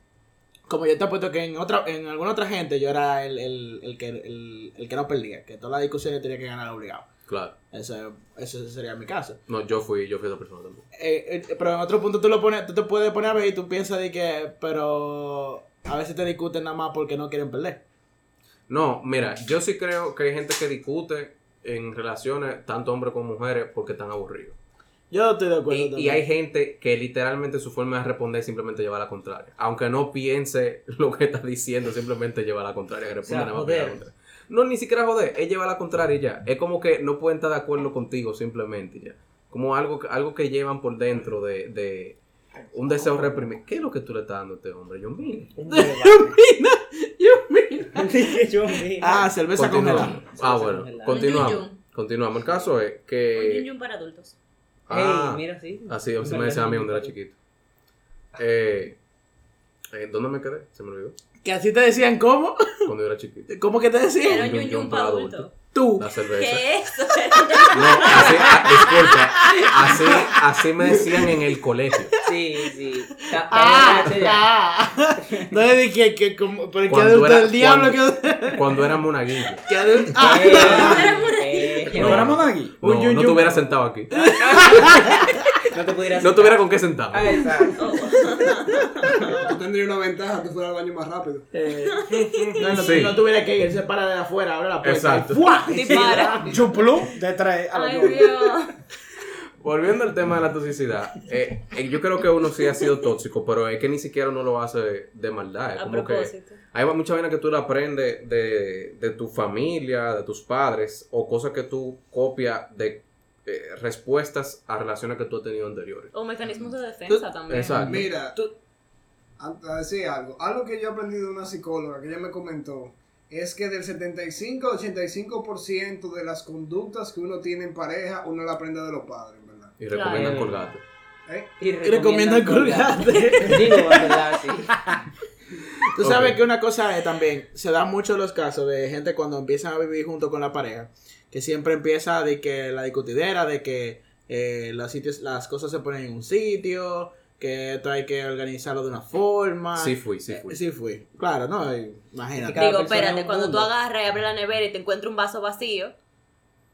Como yo te apuesto que en otra en alguna otra gente yo era el, el, el que, el, el que no perdía, que todas las discusiones tenía que ganar obligado. Claro. Eso, eso sería mi caso. No, yo fui, yo fui esa persona tampoco. Eh, eh, pero en otro punto tú lo pones, tú te puedes poner a ver y tú piensas de que, pero a veces te discuten nada más porque no quieren perder. No, mira, yo sí creo que hay gente que discute en relaciones, tanto hombres como mujeres, porque están aburridos. Yo estoy de acuerdo Y, también. y hay gente que literalmente su forma de responder es simplemente llevar la contraria. Aunque no piense lo que está diciendo, simplemente lleva la contraria. Que responde O sea, nada más que lleva la joder. contraria. No, ni siquiera joder, es llevar la contraria y ya. Es como que no pueden estar de acuerdo contigo simplemente y ya. Como algo, que- algo que llevan por dentro de, de un deseo reprimido. ¿Qué es lo que tú le estás dando a este hombre? Yo mire. Yo mira. Ah, Pues cerveza Continuamos. congelada. Ah, bueno. Un Continuamos. yun-yun. Continuamos. El caso es Un que... yun para adultos. Ah, Ey, mira, sí. Así, Es así me verdad, decía a mí sí. cuando era chiquito. Eh, eh, ¿Dónde me quedé? Se me olvidó. Que así te decían, ¿cómo? Cuando era chiquito. ¿Cómo que te decían? Era un yun-yun yun yun para para adultos. adultos. Tú. La cerveza. ¿Qué es eso? No, así, ah, disculpa. Así, así me decían en el colegio. Sí, sí. Ta- Ah, este ta- ta- ta- ah. No le dije que como, pero que Cuando adulto era- del diablo cuando- que Cuando era monaguillo. que adulto. Ah. Eh, eh, ¿Lo ganamos aquí? No, Un yun no yun. te hubiera sentado aquí. No te pudieras. No tuviera con qué sentar. Ah, exacto. Tú tendrías una ventaja que fuera al baño más rápido. Eh, no, no, Sí. no tuviera que ir, él se para de afuera, ahora la puerta. Exacto. ¡Fua! Dispara. Chuplú te trae a Ay, los dos. Dios. Volviendo al tema de la toxicidad, eh, eh, yo creo que uno sí ha sido tóxico, pero es que ni siquiera uno lo hace de maldad. Es A como que- propósito. Hay va- mucha vaina que tú la aprendes de, de tu familia, de tus padres, o cosas que tú copias de eh, respuestas a relaciones que tú has tenido anteriores. O mecanismos de defensa también. Exacto. Mira, Tú- antes de decir algo, algo que yo aprendí de una psicóloga que ella me comentó es que del 75 al 85% de las conductas que uno tiene en pareja, uno la aprende de los padres, ¿verdad? Y recomiendan Claro. colgate. ¿Eh? Y Y recomiendan colgate. Digo, en verdad, sí. Tú sabes Ok. que una cosa es también, se dan muchos los casos de gente cuando empiezan a vivir junto con la pareja, que siempre empieza de que la discutidera, de que eh, los sitios, las cosas se ponen en un sitio, que esto hay que organizarlo de una forma. Sí fui, sí Eh, fui. sí fui. Claro, no, eh, Cada Digo, imagínate. persona es espérate, un cuando tú mundo. agarras y abres la nevera y te encuentras un vaso vacío,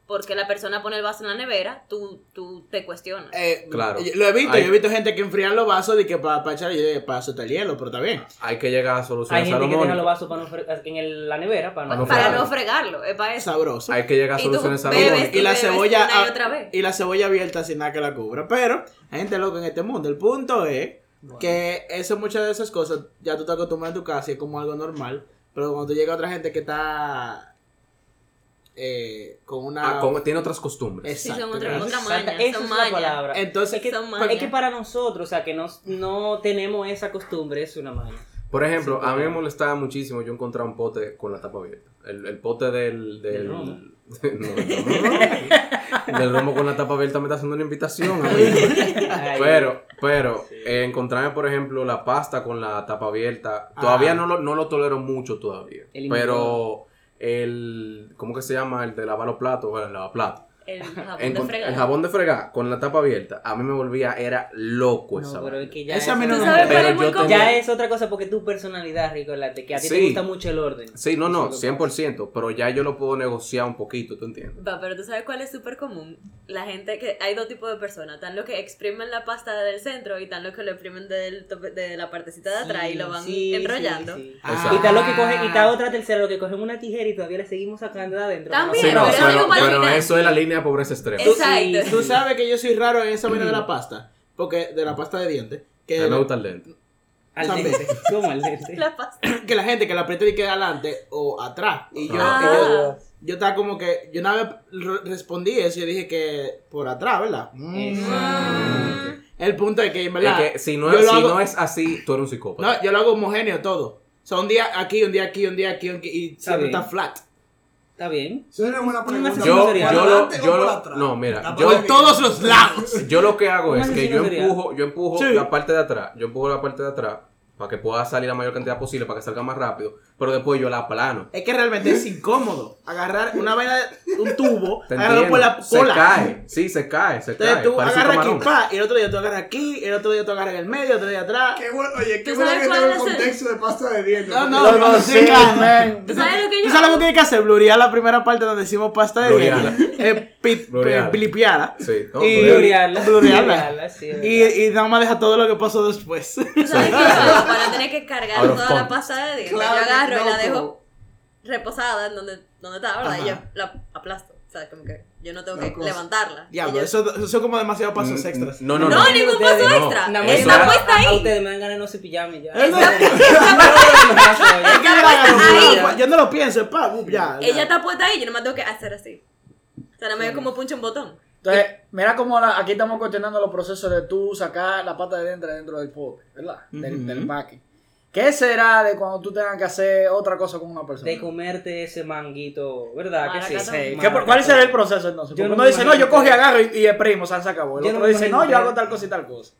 porque la persona pone el vaso en la nevera, tú, tú te cuestionas. Eh, Claro. yo- Lo he visto, Hay- yo he visto gente que enfrían los vasos de que para echar y yo, para soltar el hielo, pero está bien. Hay que llegar a soluciones Hay gente que deja los salomónicas. vasos para no fre- en el- la nevera para no, Para no para claro. no fregarlo, es para eso. Sabroso. Hay que llegar a Y tú soluciones bebes salomónicas. y la bebes cebolla una y ah, a- otra vez. y la cebolla abierta sin nada que la cubra pero hay gente loca en este mundo el punto es que eso muchas de esas cosas ya tú te acostumbras en tu casa y es como algo normal pero cuando tú llega otra gente que está eh, con una Ah, como- tiene otras costumbres. Sí, son otra, gracias. otra Exacto, maña, Esa son es la mañas. palabra. entonces Es que, Son es que mañas. para nosotros, o sea, que no, no tenemos esa costumbre, es una maña. Por ejemplo, Sí, a mí me claro. molestaba muchísimo yo encontrar un pote con la tapa abierta. El, el pote del... del Del romo. No, no, no. Del romo con la tapa abierta me está haciendo una invitación, amigo. Ay, Pero, pero, Sí. eh, encontrarme, por ejemplo, la pasta con la tapa abierta, todavía no lo, no lo tolero mucho todavía. Ah. El pero el, ¿cómo que se llama? El de lavar los platos, bueno, el lavaplatos. El jabón de Encon- fregar. El jabón de fregar con la tapa abierta, a mí me volvía, era loco esa No, pero vaina. es que ya Esa es a mí no ¿Tú otra- me sabes molesta. cuál Pero es muy yo común? Ya es otra cosa porque tu personalidad, Ricolate, que a ti te Sí. gusta mucho el orden. Sí, no, Eso es no, lo que 100%, pero ya yo lo puedo negociar un poquito, ¿tú entiendes? Va, pero tú sabes cuál es súper común. La gente que hay dos tipos de personas, tan los que exprimen la pasta del centro y tan los que lo exprimen del tope- de la partecita de atrás y lo van Sí, sí, enrollando. Ah. sí. ah, Exacto. Y está lo que cogen, y está otra tercera, lo que cogen una tijera y todavía le seguimos sacando de adentro. También, Sí, Pero no, es pero, algo más pero final. eso es la línea de pobreza extrema. Es- Exacto. tú sabes que yo soy raro en esa vaina de la pasta porque de la pasta de dientes Mm. A mí que me gusta el lente. Al También. dente. ¿Cómo al dente? La pasta. que la gente que la aprieta y queda adelante o atrás. Y yo, Ah. y yo, yo estaba como que, yo nada más re- respondí eso y dije que por atrás, ¿verdad? Exactamente. El punto es que, en Es verdad, que si no, yo es, lo si hago- no es así, tú eres un psicópata. no, yo lo hago homogéneo todo. O sea, un día aquí, un día aquí, un día aquí, un día- y siempre bien. está flat. Está bien. Eso era una buena pregunta. asesino yo, ¿Por serial. yo, lo, adelante o yo por lo- atrás? no, mira, La yo, Por polémica. todos los lados. yo lo que hago Un es que asesino yo serial. empujo, yo empujo Sí. la parte de atrás, yo empujo la parte de atrás para que pueda salir la mayor cantidad posible, para que salga más rápido, pero después yo la aplano. Es que realmente es incómodo agarrar una vaina, de- un tubo, ¿Te agarrarlo por la entiendes? Se cola. cae, sí, se cae, se Entonces cae. tú parece un agarras aquí, camarón. pa, y el otro día tú agarras aquí, el otro día tú agarras en el medio, otro día atrás. Qué bueno, oye, qué ¿Tú bueno sabes que cuál tengo el es el- contexto de pasta de dientes. No, no, Los Porque- no, sí, sí, claro. man. ¿Tú sabes lo que yo ¿Tú sabes lo hago? que hay que hacer? Blurear la primera parte donde decimos pasta de Blurearla. dientes. Eh, pi- Blurearla. eh, blipearla. Sí, no, pues, Y- pero- Blurearla. Blurearla. Blurearla, sí, es Y, y nada más deja todo lo que pasó después. ¿Tú sabes qué yo hago? Para no tener que cargar Out of toda la context. pasta de dientes. Claro, yo agarro y loco. la dejo reposada en donde, donde está, ¿verdad? Y yo Ajá. la aplasto. O sea, como que yo no tengo Loco. que levantarla. Y Diablo, yo- eso, eso son como demasiados pasos extras. No, No, no, no. ningún Ustedes- paso no. extra. Nada más Eso Está era- puesta A ahí. ustedes me dan ganas de no cepillarme ya. Eso- Es que yo, la Ahí. agarro, yo no lo pienso, pa, bu, ya. ya. Ella está puesta ahí, yo nomás tengo que hacer así. O sea, nada más es como puncho un botón. Entonces, mira cómo la- aquí estamos cuestionando los procesos de tú sacar la pata de dentro dentro del pot, ¿verdad? Del, Ujú. del empaque. ¿Qué será de cuando tú tengas que hacer otra cosa con una persona? De comerte ese manguito, ¿verdad? Que sí. Maracatón. Sí, ¿qué- Maracatón. ¿Cuál será el proceso Yo entonces? Porque no uno me dice, no, yo imagino cojo y que- agarro y, y exprimo, se acabó. El Yo no otro me dice, no, imagino yo hago que- tal cosa y tal cosa.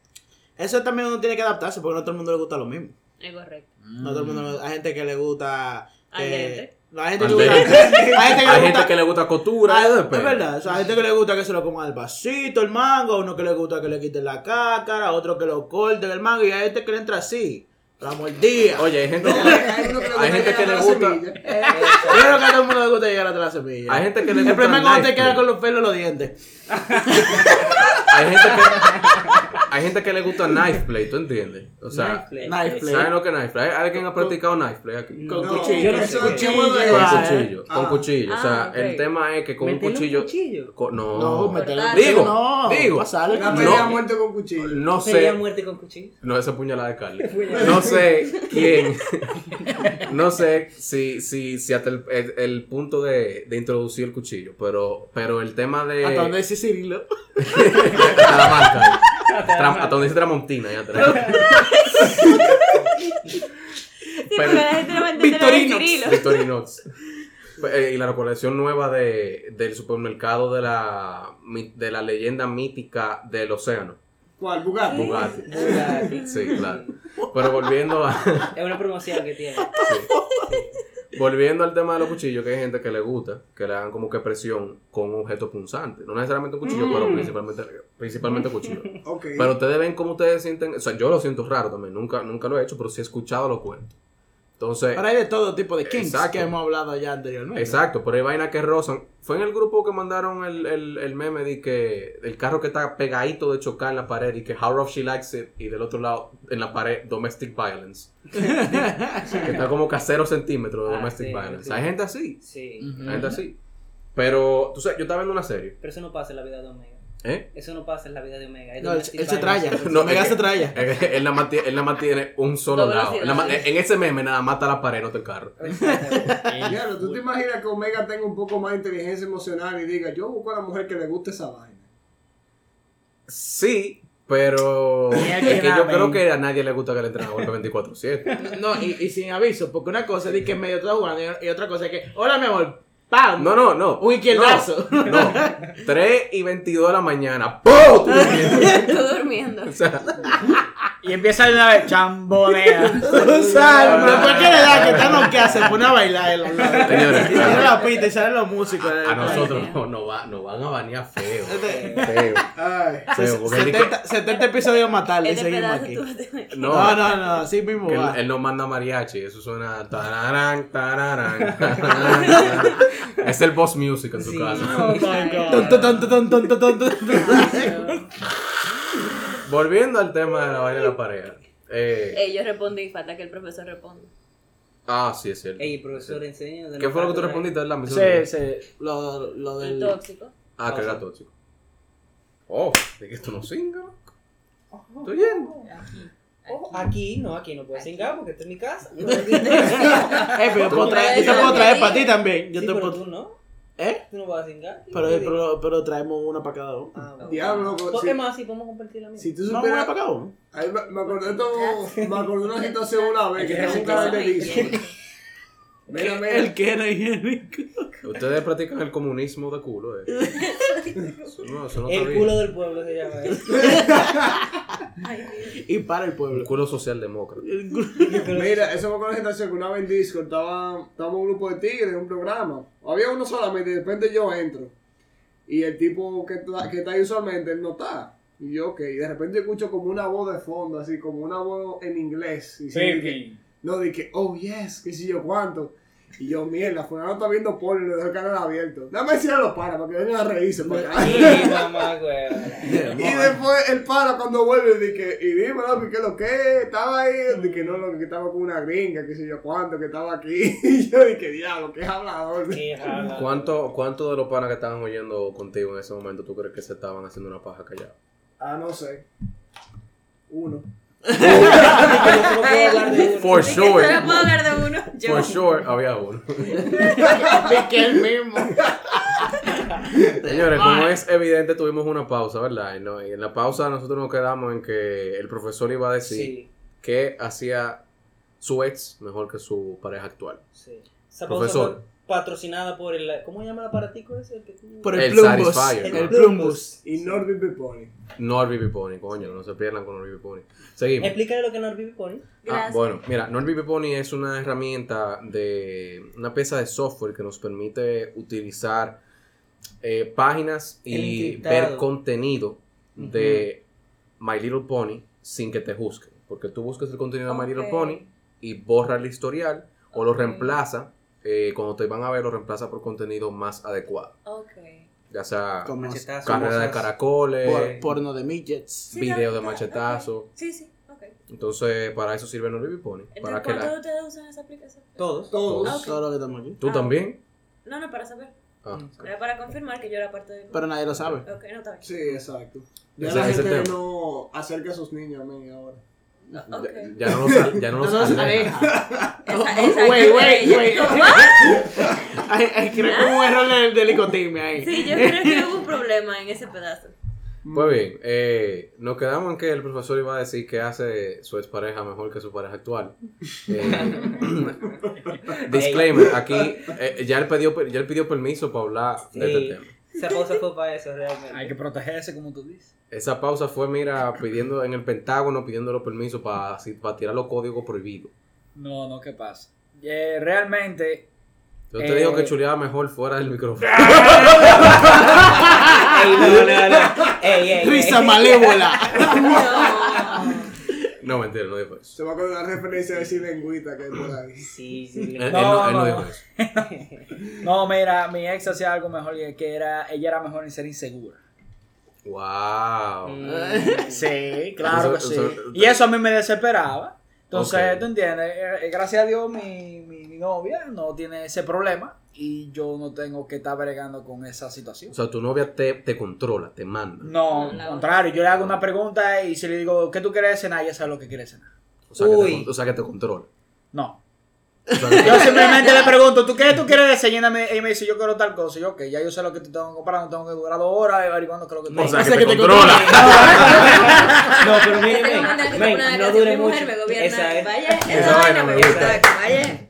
Eso también uno tiene que adaptarse porque no a todo el mundo le gusta lo mismo. Es correcto. No a todo el mundo, hay gente que le gusta... Al eh, dente. no, hay gente que Al le gusta... dente. Hay gente que Hay le gente gusta... que le gusta Ah, costura, eso es depende. verdad, o sea, hay gente que le gusta que se lo coman al vasito el mango, a uno que le gusta que le quiten la cáscara, a otro que lo corten el mango y hay gente que le entra así, la mordida. Oye, hay gente que... Hay uno que le Hay gente llegar que le a la gusta- semilla. Yo creo que a todo el mundo le gusta llegar hasta la semilla. Hay gente que le el gusta problema es cuando te knife quedas play. con los pelos en los dientes. Hay gente que... Hay gente que le gusta knife play, ¿tú entiendes? O sea, Knife play. knife play. ¿saben lo que es knife play? ¿Alguien ha practicado knife play aquí? Con No, cuchillo. yo no Con sé. cuchillo. Con Con Ah, cuchillo, con Ah. cuchillo. O sea, Ah, ok. el tema es que con un Métele un cuchillo... cuchillo. co- No, No, me Cortar. Digo, no, digo. pasarle. La pelea No. muerte con cuchillo. no Pelea a sé... muerte con cuchillo. No, esa puñalada de Carly. No sé quién. No sé si, si, si hasta el, el- el punto de, de introducir el cuchillo. Pero, pero el tema de. Hasta donde dice Cirilo. Hasta la marca. Tra- hasta donde dice Tramontina. Ya atrás. Sí, Pero- porque la gente no va a entender lo de Victorinox. Cirilo. Victorinox. Eh, Y la recolección nueva de, del supermercado de la, mi- de la leyenda mítica del océano. ¿Cuál? Bugatti. Bugatti. Bugatti. Sí, claro. Pero volviendo a. Es una promoción que tiene. Sí. Volviendo al tema de los cuchillos, que hay gente que le gusta, que le dan como que presión con un objeto punzante. No necesariamente un cuchillo, pero principalmente, principalmente cuchillo. Ok. Pero ustedes ven cómo ustedes sienten. O sea, yo lo siento raro también. Nunca, nunca lo he hecho, pero sí he escuchado los cuentos. Entonces, Ahora hay de todo tipo de kinks Exacto. que hemos hablado ya anteriormente. exacto, pero hay vainas que rozan. Fue en el grupo que mandaron el, el, el meme de que el carro que está pegadito de chocar en la pared y que How Rough She Likes It y del otro lado en la pared Domestic Violence. que está como que a cero centímetros de Ah, Domestic sí, Violence. sí. Hay gente así. Sí. La gente así. Pero, tú sabes, yo estaba viendo una serie, Pero eso no pasa en la vida de Omega. ¿eh? Eso no pasa en la vida de Omega. Es No, él, domestic él se violence. tralla. No, No, Mega es que- se tralla. Él, él nada más tiene, él nada más tiene un solo Doble lado. Él nada más- velocidad. en ese meme nada más está la pared, no está el carro. Claro, ¿tú te imaginas que Omega tenga un poco más de inteligencia emocional y diga, yo busco a la mujer que le guste esa vaina? Sí, pero Mira es que que yo ramen. creo que a nadie le gusta que le entren a golpe 24-7. No, y, y sin aviso, porque una cosa es de que medio está jugando y, y otra cosa es que, hola mi amor, ¡pam! No, no, no. Un izquierdazo. No, no. 3 y 22 de la mañana. ¡Pum! Estoy durmiendo. O sea, Y empieza de una vez, chambolea. O sea, pero cualquier edad que está noqueada se pone a bailar él al lado. Señores, Y sale la pista y salen los músicos. eh. a nosotros no, no va, nos van a banear feo. Este- Feo. Ay. feo, porque él dice 70, 70 episodios matarle y Este seguimos pedazo aquí. tú vas a tener que- que- No, no, no, así mismo Que él, va. él no manda mariachi, eso suena tararán, tararán, tararán. es el boss music en su Sí. casa. No. Oh Tun, tun, tun, tun, tun, tun, tun, tun. Volviendo al tema de la vaina de la pareja. Eh, Eh, yo respondí, falta que el profesor responda. ah, sí, es cierto. Ey, profesor, enseña. ¿Qué fue lo que tú respondiste? ¿verdad? Me hizo Sí, olvidar. sí. Lo, lo Pues, El del. tóxico. Ah, que era tóxico. Oh, de que esto no singa. loco. ¿Estoy yendo? Ojo, aquí no, aquí no puedo cingar porque esta es mi casa. Eh, pero yo Tú puedo traer, puedes yo te puedo traer traer. para ti también. Yo Sí, te pero puedo- tú no. ¿Eh? Tú no vas a cingar. Pero, pero, pero traemos una para cada uno. Ah, bueno. Diablo, Pues, si- Es más, sí, podemos compartir la mía. Si tú No, una supieras. para cada uno. Ahí me, me acordé de todo- me acordé de una situación una vez que tengo un reciclar. caracterizo. Mira, mira. El que era higiénico. Ustedes practican el comunismo de culo, eh. Eso no, eso no está El bien. culo del pueblo se llama eso. Y para el El pueblo. culo socialdemócrata. El culo. Mira, eso fue con la situación que una vez en Discord estaba, estábamos un grupo de tigres en un programa. Había uno solamente y de repente yo entro. Y el tipo que, está- que está ahí usualmente, él no está. Y yo, ok. Y de repente escucho como una voz de fondo, así como una voz en inglés. Y sí, dije, no, dije, oh yes, qué sé yo cuánto. Y yo, mierda, fulano está viendo porno y le dejó el canal abierto. Dame decirle a los panas para que vengan a reírse. para acá". Sí, mamá, güey. Y después el pana cuando vuelve dije, y dime, loco, ¿qué es lo que? Estaba ahí, dije, no, lo que estaba con una gringa, qué sé yo cuánto, que estaba aquí. Y yo dije, diablo, qué hablador. Qué Eh, jala. ¿Cuánto, ¿Cuánto de los panas que estaban oyendo contigo en ese momento tú crees que se estaban haciendo una paja callada? Ah, no sé. Uno. Yo solo puedo hablar de uno. For Así que solo puedo sure. hablar de uno. Yo. For sure había uno. que el mismo. Señores, como es evidente, tuvimos una pausa, ¿verdad? Y, no- y en la pausa nosotros nos quedamos en que el profesor iba a decir Sí, que hacía su ex mejor que su pareja actual. sí. Esa pausa Profesor. fue patrocinada por el. ¿Cómo se llama el aparatico ese? El que tú- Por el, El plumbus. Satisfyer, El, ¿no? plumbus. Y Norby Peponi. No al BB Pony, coño, no se pierdan con el BB Pony. Seguimos. Explícale lo que no es Pony. Ah, Gracias. bueno, mira, NordVPN Pony es una herramienta de una pieza de software que nos permite utilizar eh, páginas El y encriptado. ver contenido de My Little Pony sin que te juzguen. Porque tú buscas el contenido de My Little Ok. Pony y borra el historial o lo Ok. reemplaza. eh, cuando te van a ver, lo reemplaza por contenido más adecuado. Ok. Ya sea Como Machetazos, carrera de bolsas. caracoles, por- porno de midgets. Sí, video de ok. machetazo. Sí, sí, ok. Entonces, para eso sirve NordVPN Pony. Para Entonces, que la- ¿cuántos de ustedes usan esa aplicación? Todos. Todos. Ah, Todo lo que estamos aquí. ¿Tú Ah. también? No, no, para saber. Ah. Era para confirmar que yo era parte de... Pero nadie lo sabe. Ok, no, está bien. Sí, exacto. Ya Ese la es el gente tema. no acerca a sus niños a mí ahora. Ok. Ah, Ya no los, ya no los Nosotros aleja. aleja. Esa- esa- Güey, güey, ella- güey. Ay, ay, creo que hubo un error del, del licotín ahí. Sí, yo creo que hubo un problema en ese pedazo. Pues bien, eh, nos quedamos en que el profesor iba a decir que hace su expareja mejor que su pareja actual. Eh, disclaimer, aquí eh, ya, él pidió, per- ya él pidió permiso para hablar de Sí. este tema. Esa pausa fue para eso, realmente. Hay que protegerse, como tú dices. Esa pausa fue, mira, pidiendo en el Pentágono, pidiendo los permisos para tirar los códigos prohibidos. No, no, ¿qué pasa? Eh, realmente. Yo te Eh. digo que chuleaba mejor fuera del micrófono. Ey, no, no, no. Ey, ey, ey. Risa malévola. No. No, mentira, no dijo eso. Se va con una referencia de Silengüita que hay por ahí. Sí, sí. Él- él No, no, él no no, dijo no. eso. No, mira, mi ex hacía algo mejor y que era. Ella era mejor en ser insegura. Wow. Mm. Sí, claro que Eso- sí. eso- Y eso a mí me desesperaba. Entonces, Ok. ¿tú entiendes? Eh, eh, Gracias a Dios, mi, mi, mi novia no tiene ese problema y yo no tengo que estar bregando con esa situación. O sea, tu novia te, te controla, te manda. No, No. al contrario, yo le hago una pregunta y si le digo, ¿qué tú quieres cenar? Ella sabe lo que quiere cenar. O sea, que te, Uy. con- o sea que te controla. No. O sea, que te- Yo simplemente le pregunto, ¿tú qué tú quieres de cenar? Y ella me- Ella me dice, yo quiero tal cosa. Y yo, ok, ya yo sé lo que te tengo que comprar, no tengo que durar dos horas averiguando qué es lo que o tengo. sea, O que sea, te que te controla. No, pero Yo miren, tengo que men, mandar que men, una no canción, dure mi mucho. mujer me gobierna. Esa es. Vaya, esa, Esa vaina me gusta. gusta. Vaya.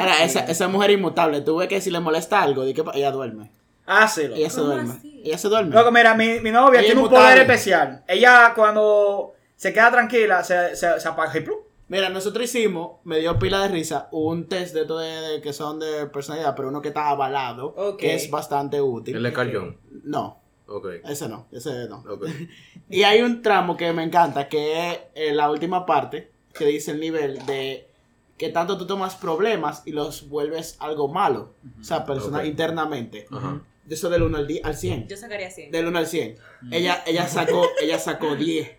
Ahora, esa, esa mujer inmutable, tú ves que si le molesta algo, di que pa- ella duerme. Hazlo. Ella se ¿Cómo duerme. así? Ella se duerme. Loco, mira, mi, mi novia Ella tiene un inmutable. poder especial. Ella cuando se queda tranquila, se, se, se apaga y plum. Mira, nosotros hicimos, me dio pila de risa, un test de todo de, de que son de personalidad, pero uno que está avalado, Ok. que es bastante útil. Él es Carl Jung. No, Ok. ese no, ese no. Ok. Y hay un tramo que me encanta, que es eh, la última parte, que dice el nivel de que tanto tú tomas problemas y los vuelves algo malo. O sea, persona Ok. internamente. Ajá. De eso del 1 al, di- al 100. Yo sacaría 100. Del 1 al 100. Ella, ella sacó, ella sacó 10.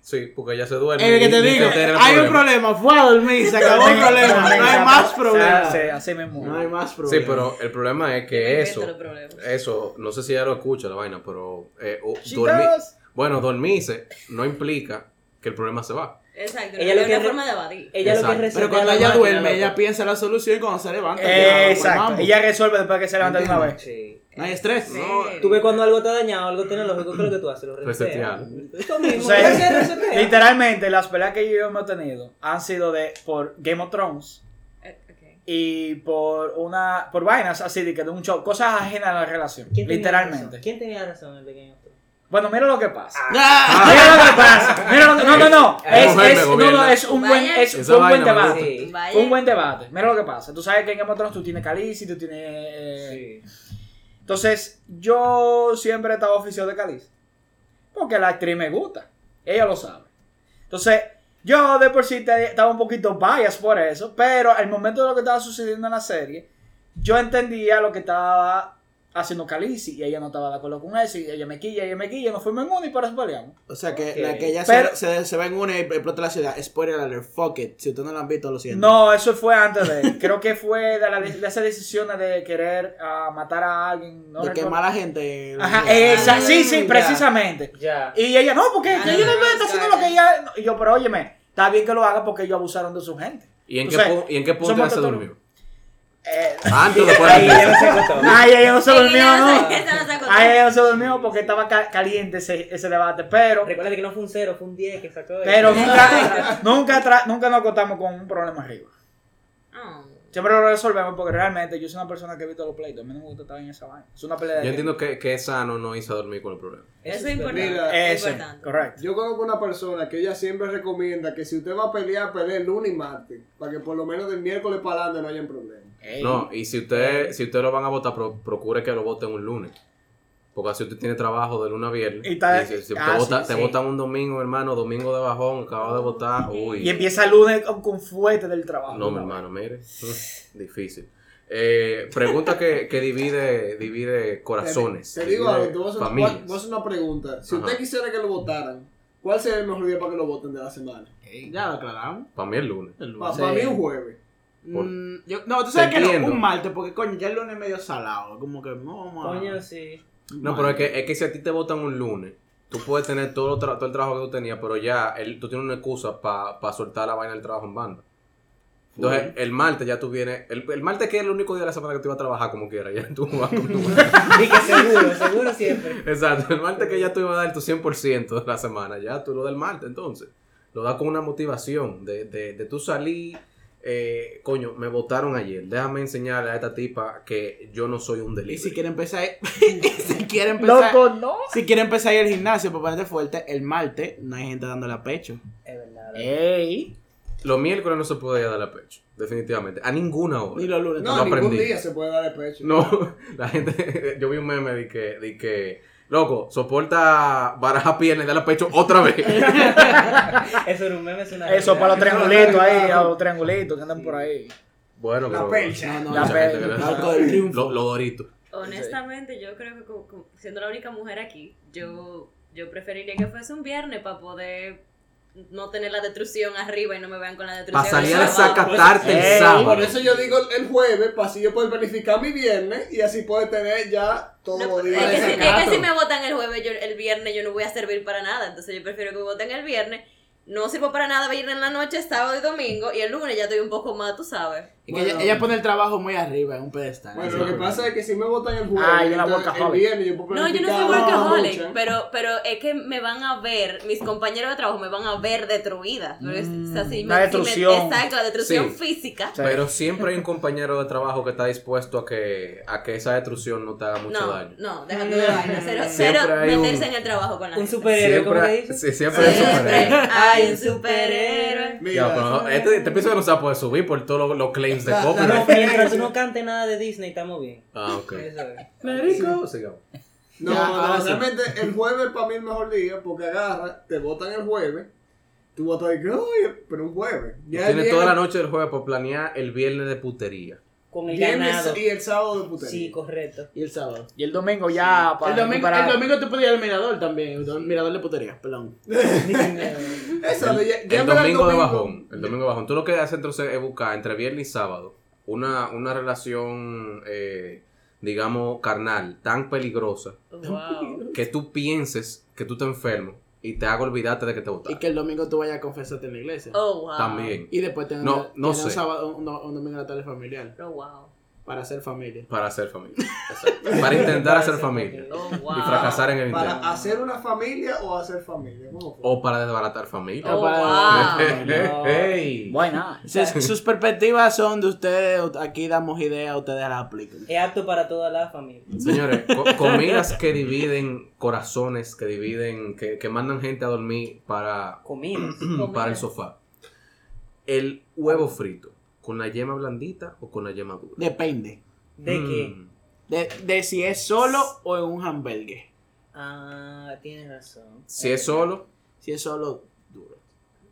Sí, porque ella se duerme. El que te y- y digo, este era el hay un problema, fue a dormir, se acabó el problema, no hay más problema. Sí, así mismo. No hay más Sí, problema. pero el problema es Me que invento los eso, problemas. eso, no sé si ella lo escucha la vaina, pero eh, o Chicas. dormir, bueno, dormirse no implica que el problema se va. Exacto. Ella no lo hay que una re- forma de evadir. Ella lo que Exacto. resetea Pero cuando la ella máquina, duerme, loco. ella piensa la solución y cuando se levanta, ya pues, Exacto. Ella resuelve después que se levanta de una vez. Sí. No hay estrés. Sí. Tú ves cuando algo está dañado, algo tecnológico, ¿qué es lo que tú haces? Lo reseteas. Resetear. Eso O mismo, sea, ese resetea. literalmente, las peleas que yo hemos tenido han sido de por Game of Thrones Eh, ok. y por una por vainas así de que de un show, cosas ajenas a la relación, ¿Quién tenía literalmente. razón? ¿Quién tenía razón en el pequeño Bueno, mira lo que pasa. Ah. Mira lo que pasa. Mira lo que- no, no, no. Esa Es, mujer es- me no, no, gobierna. es un buen, es Eh, Esa un buen vaina me debate. Sí. Vaya. Fue un buen debate. Mira lo que pasa. Tú sabes que en Game of Thrones tú tienes Calice y tú tienes. eh, Entonces, yo siempre he estado oficial de Calice. Porque la actriz me gusta. Ella lo sabe. Entonces, yo de por sí te- estaba un poquito bias por eso. Pero al momento de lo que estaba sucediendo en la serie, yo entendía lo que estaba haciendo Calice. Y ella no estaba de acuerdo con eso. Y ella me quilla, ella me quilla. Nos fuimos en uno y por eso peleamos. O sea que Ok. la que ella Pero- se, se, se va en una y explota la ciudad. Spoiler alert, fuck it. Si ustedes no la han visto, lo siento. No, eso fue antes de. creo que fue de, la, de esas decisiones de querer ah, matar a alguien. No de recuerdo. quemar a la gente. Ajá, esa- exacto. Sí, sí, Ya. precisamente. Ya. Y ella, no, porque Ah, ella no, no, no, está haciendo lo que ella. Y yo, pero óyeme, está bien que lo haga porque ellos abusaron de su gente. ¿Y en, O qué, sea, pu- ¿Y en qué punto somos ella se total- durmió? Ah, pues, Eh, Antes o después Ahí de ya no se agotó. ay, ella no se Sí, durmió, ella ¿no? se- ella se acostó. Ay, ella no se durmió porque estaba ca- caliente ese, ese debate. Pero, Recuerda que no fue un 0, fue un 10 que sacó. pero ella. nunca, nunca, tra- nunca nos contamos con un problema arriba. Oh. Siempre lo resolvemos porque realmente yo soy una persona que he visto los pleitos. A mí no me gusta estar en esa vaina. Es una pelea de. Yo entiendo que, que es sano no irse a dormir con el problema. Eso es importante. Mira, es Eso, importante. correcto. Yo conozco una persona que ella siempre recomienda que si usted va a pelear, pelee lunes y martes, para que por lo menos del miércoles para adelante no haya problema. Ey. No, y si usted, si usted lo van a votar, pro- procure que lo voten un lunes. Porque así usted tiene trabajo de lunes a viernes. Y está- si, si ah, te, vota- sí, te sí. votan un domingo, hermano, domingo de bajón, acabas de votar. Uy. Y empieza el lunes con, con fuerte del trabajo. eh, No, mi hermano, mire. Mm, Difícil. Eh, pregunta que, que divide, divide corazones. Te, te digo algo, te voy a divide hacer una, familias. voy a hacer una pregunta. Si Ajá. usted quisiera que lo votaran, ¿cuál sería el mejor día para que lo voten de la semana? Ya lo aclaramos. Para mí el lunes. El lunes. Para Sí. mí un jueves. Por- Mm, yo- no, tú sabes que no, Entiendo. un martes, porque coño, ya el lunes es medio salado. Como que no vamos a. Coño, sí. No, pero es que, es que si a ti te votan un lunes, tú puedes tener todo, lo tra- todo el trabajo que tú tenías, pero ya el- tú tienes una excusa para soltar la vaina del trabajo en banda. Entonces, el martes ya tú vienes. El, el martes que es el único día de la semana que tú ibas a trabajar como quieras. Ya tú vas con tu- Y que seguro, seguro siempre. Exacto, el martes que ya tú ibas a dar tu 100% de la semana. Ya tú lo del martes, entonces. Lo das con una motivación de, de, de tú salir. eh, coño, me votaron ayer. Déjame enseñarle a esta tipa que yo no soy un delito. Y si quiere empezar. si quiere empezar. no. Si quiere empezar ahí el gimnasio para ponerte fuerte, el martes no hay gente dándole a pecho. Es verdad. Ey. Los miércoles no se podía dar a pecho, definitivamente. A ninguna hora. Ni los lunes. No, Lo ningún aprendí. día se puede dar el pecho. No, la gente. Yo vi un meme de que. De que loco, soporta baraja pierna y dale al pecho otra vez. Eso era un meme, es una. Eso, para los realidad. triangulitos ahí, a los triangulitos que andan por ahí. Bueno, La pero. percha. No, no, La no. mucha gente que percha. le- La Arco del triunfo. Lo, lo dorito. Honestamente, yo creo que como- como siendo la única mujer aquí, yo, yo preferiría que fuese un viernes para poder no tener la destrucción arriba y no me vean con la destrucción. Para salir a arriba. sacatarte Ey, el sábado. Eh, pues, Por eso yo digo el jueves, para así yo poder planificar mi viernes y así poder tener ya todo No, día. es, que de si, sacato. es que si me votan el jueves, yo, el viernes yo no voy a servir para nada. Entonces yo prefiero que me voten el viernes. No sirvo para nada viernes en la noche, sábado y domingo. Y el lunes ya estoy un poco más, tú sabes. Y que ella, ella pone el trabajo muy arriba, en un pedestal. Bueno, lo que pasa es que si me votan Ah, el jueves, Ay, yo la entonces el workaholic. viernes yo puedo No, yo no soy planificar ah, la workaholic, lucha. pero, pero es que me van a ver, mis compañeros de trabajo me van a ver destruida. Porque es- o sea, si me- la si me- destrucción. exacto, la destrucción Mm, Sí. física. Sí. Pero siempre hay un compañero de trabajo que está dispuesto a que, a que esa destrucción no te haga mucho No, daño. no, déjate de vaina. Cero, Siempre cero hay un- meterse en el trabajo con la Un gente. superhéroe, ¿cómo que Siempre, dice? sí, siempre hay un Siempre superhéroe. hay un superhéroe. Mira, Ya, pero este, este episodio no se va a poder subir por todos los, los claims de No, copyright. mientras tú no cantes nada de Disney, estamos bien. Ah, ok. Eso es. Marico, sigamos. No, Ya, no, ahora sí. realmente el jueves para mí es el mejor día porque agarra, te votan el jueves, tú vas a estar de que, "Ay, pero un jueves. Ya el Tiene toda la viernes- noche del jueves para planear el viernes de putería. Con el viernes ganado. y el sábado de putería. Sí, correcto. Y el sábado. Y el domingo ya para El domingo, recuperar. el domingo te podías ir al mirador también. el mirador de putería, perdón. Esa, El, ya- el ya me da domingo de bajón. El domingo de bajón. Tú lo que haces entonces es buscar entre viernes y sábado una, una relación, eh, digamos, carnal, tan peligrosa Wow. que tú pienses que tú te enfermo. y te haga olvidarte de que te Y votaron. que el domingo tú vayas a confesarte en la iglesia. Oh, wow. También, Y después tener, No, no tener sé. un, sábado, un, un domingo en la tarde familiar. Oh, wow. Para hacer familia. para hacer familia. Exacto. Para intentar hacer familia. Oh, wow. Y fracasar en el intento. Para hacer una familia o hacer familia. ¿Cómo fue? O para desbaratar familia. Oh, Para- wow. Ey. Buena. Sus, sus perspectivas son de ustedes. Aquí damos ideas, ustedes las aplican. Es apto para toda la familia. Señores, co- comidas que dividen corazones, que dividen, que, que mandan gente a dormir para, Comidas. para el sofá. El huevo frito, ¿con la yema blandita o con la yema dura? Depende. ¿De qué? Mm. De, de si es solo o en un hamburger. Ah, tienes razón. Si es solo, Si es solo, duro.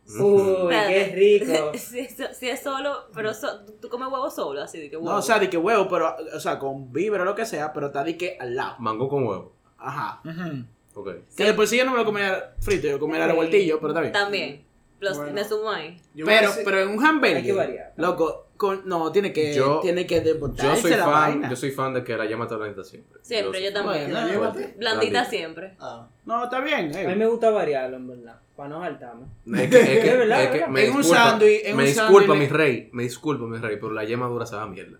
Mm. Uy, qué rico. si, es, si es solo, pero so- tú- tú comes huevo solo, así de que huevo. No, o sea, de que huevo, pero, o sea, con vibra o lo que sea, pero está de que al lado. mango con huevo. Ajá. Ujú. Ok. Que después sí yo no me lo comería frito, yo comería Sí. revueltillo, pero está bien. También. Los- Bueno. Me sumo ahí. Yo voy a Pero, decir- pero en un hamburger. Hay que variar. Loco, con- no, tiene que, Yo- tiene que Yo soy, desbotarse la fan, vaina. yo soy fan de que la yema está blandita siempre. Siempre, yo también. ¿La Bueno, llévate? Blandita siempre. Ah. No, está bien. eh. A mí me gusta variarlo, en verdad. Para no saltarme. Es que, es que- Es verdad, es que ¿verdad? me En un disculpa, sándwich, en me un disculpa sándwich. mi rey, me disculpa mi rey, pero la yema dura sabe a mierda.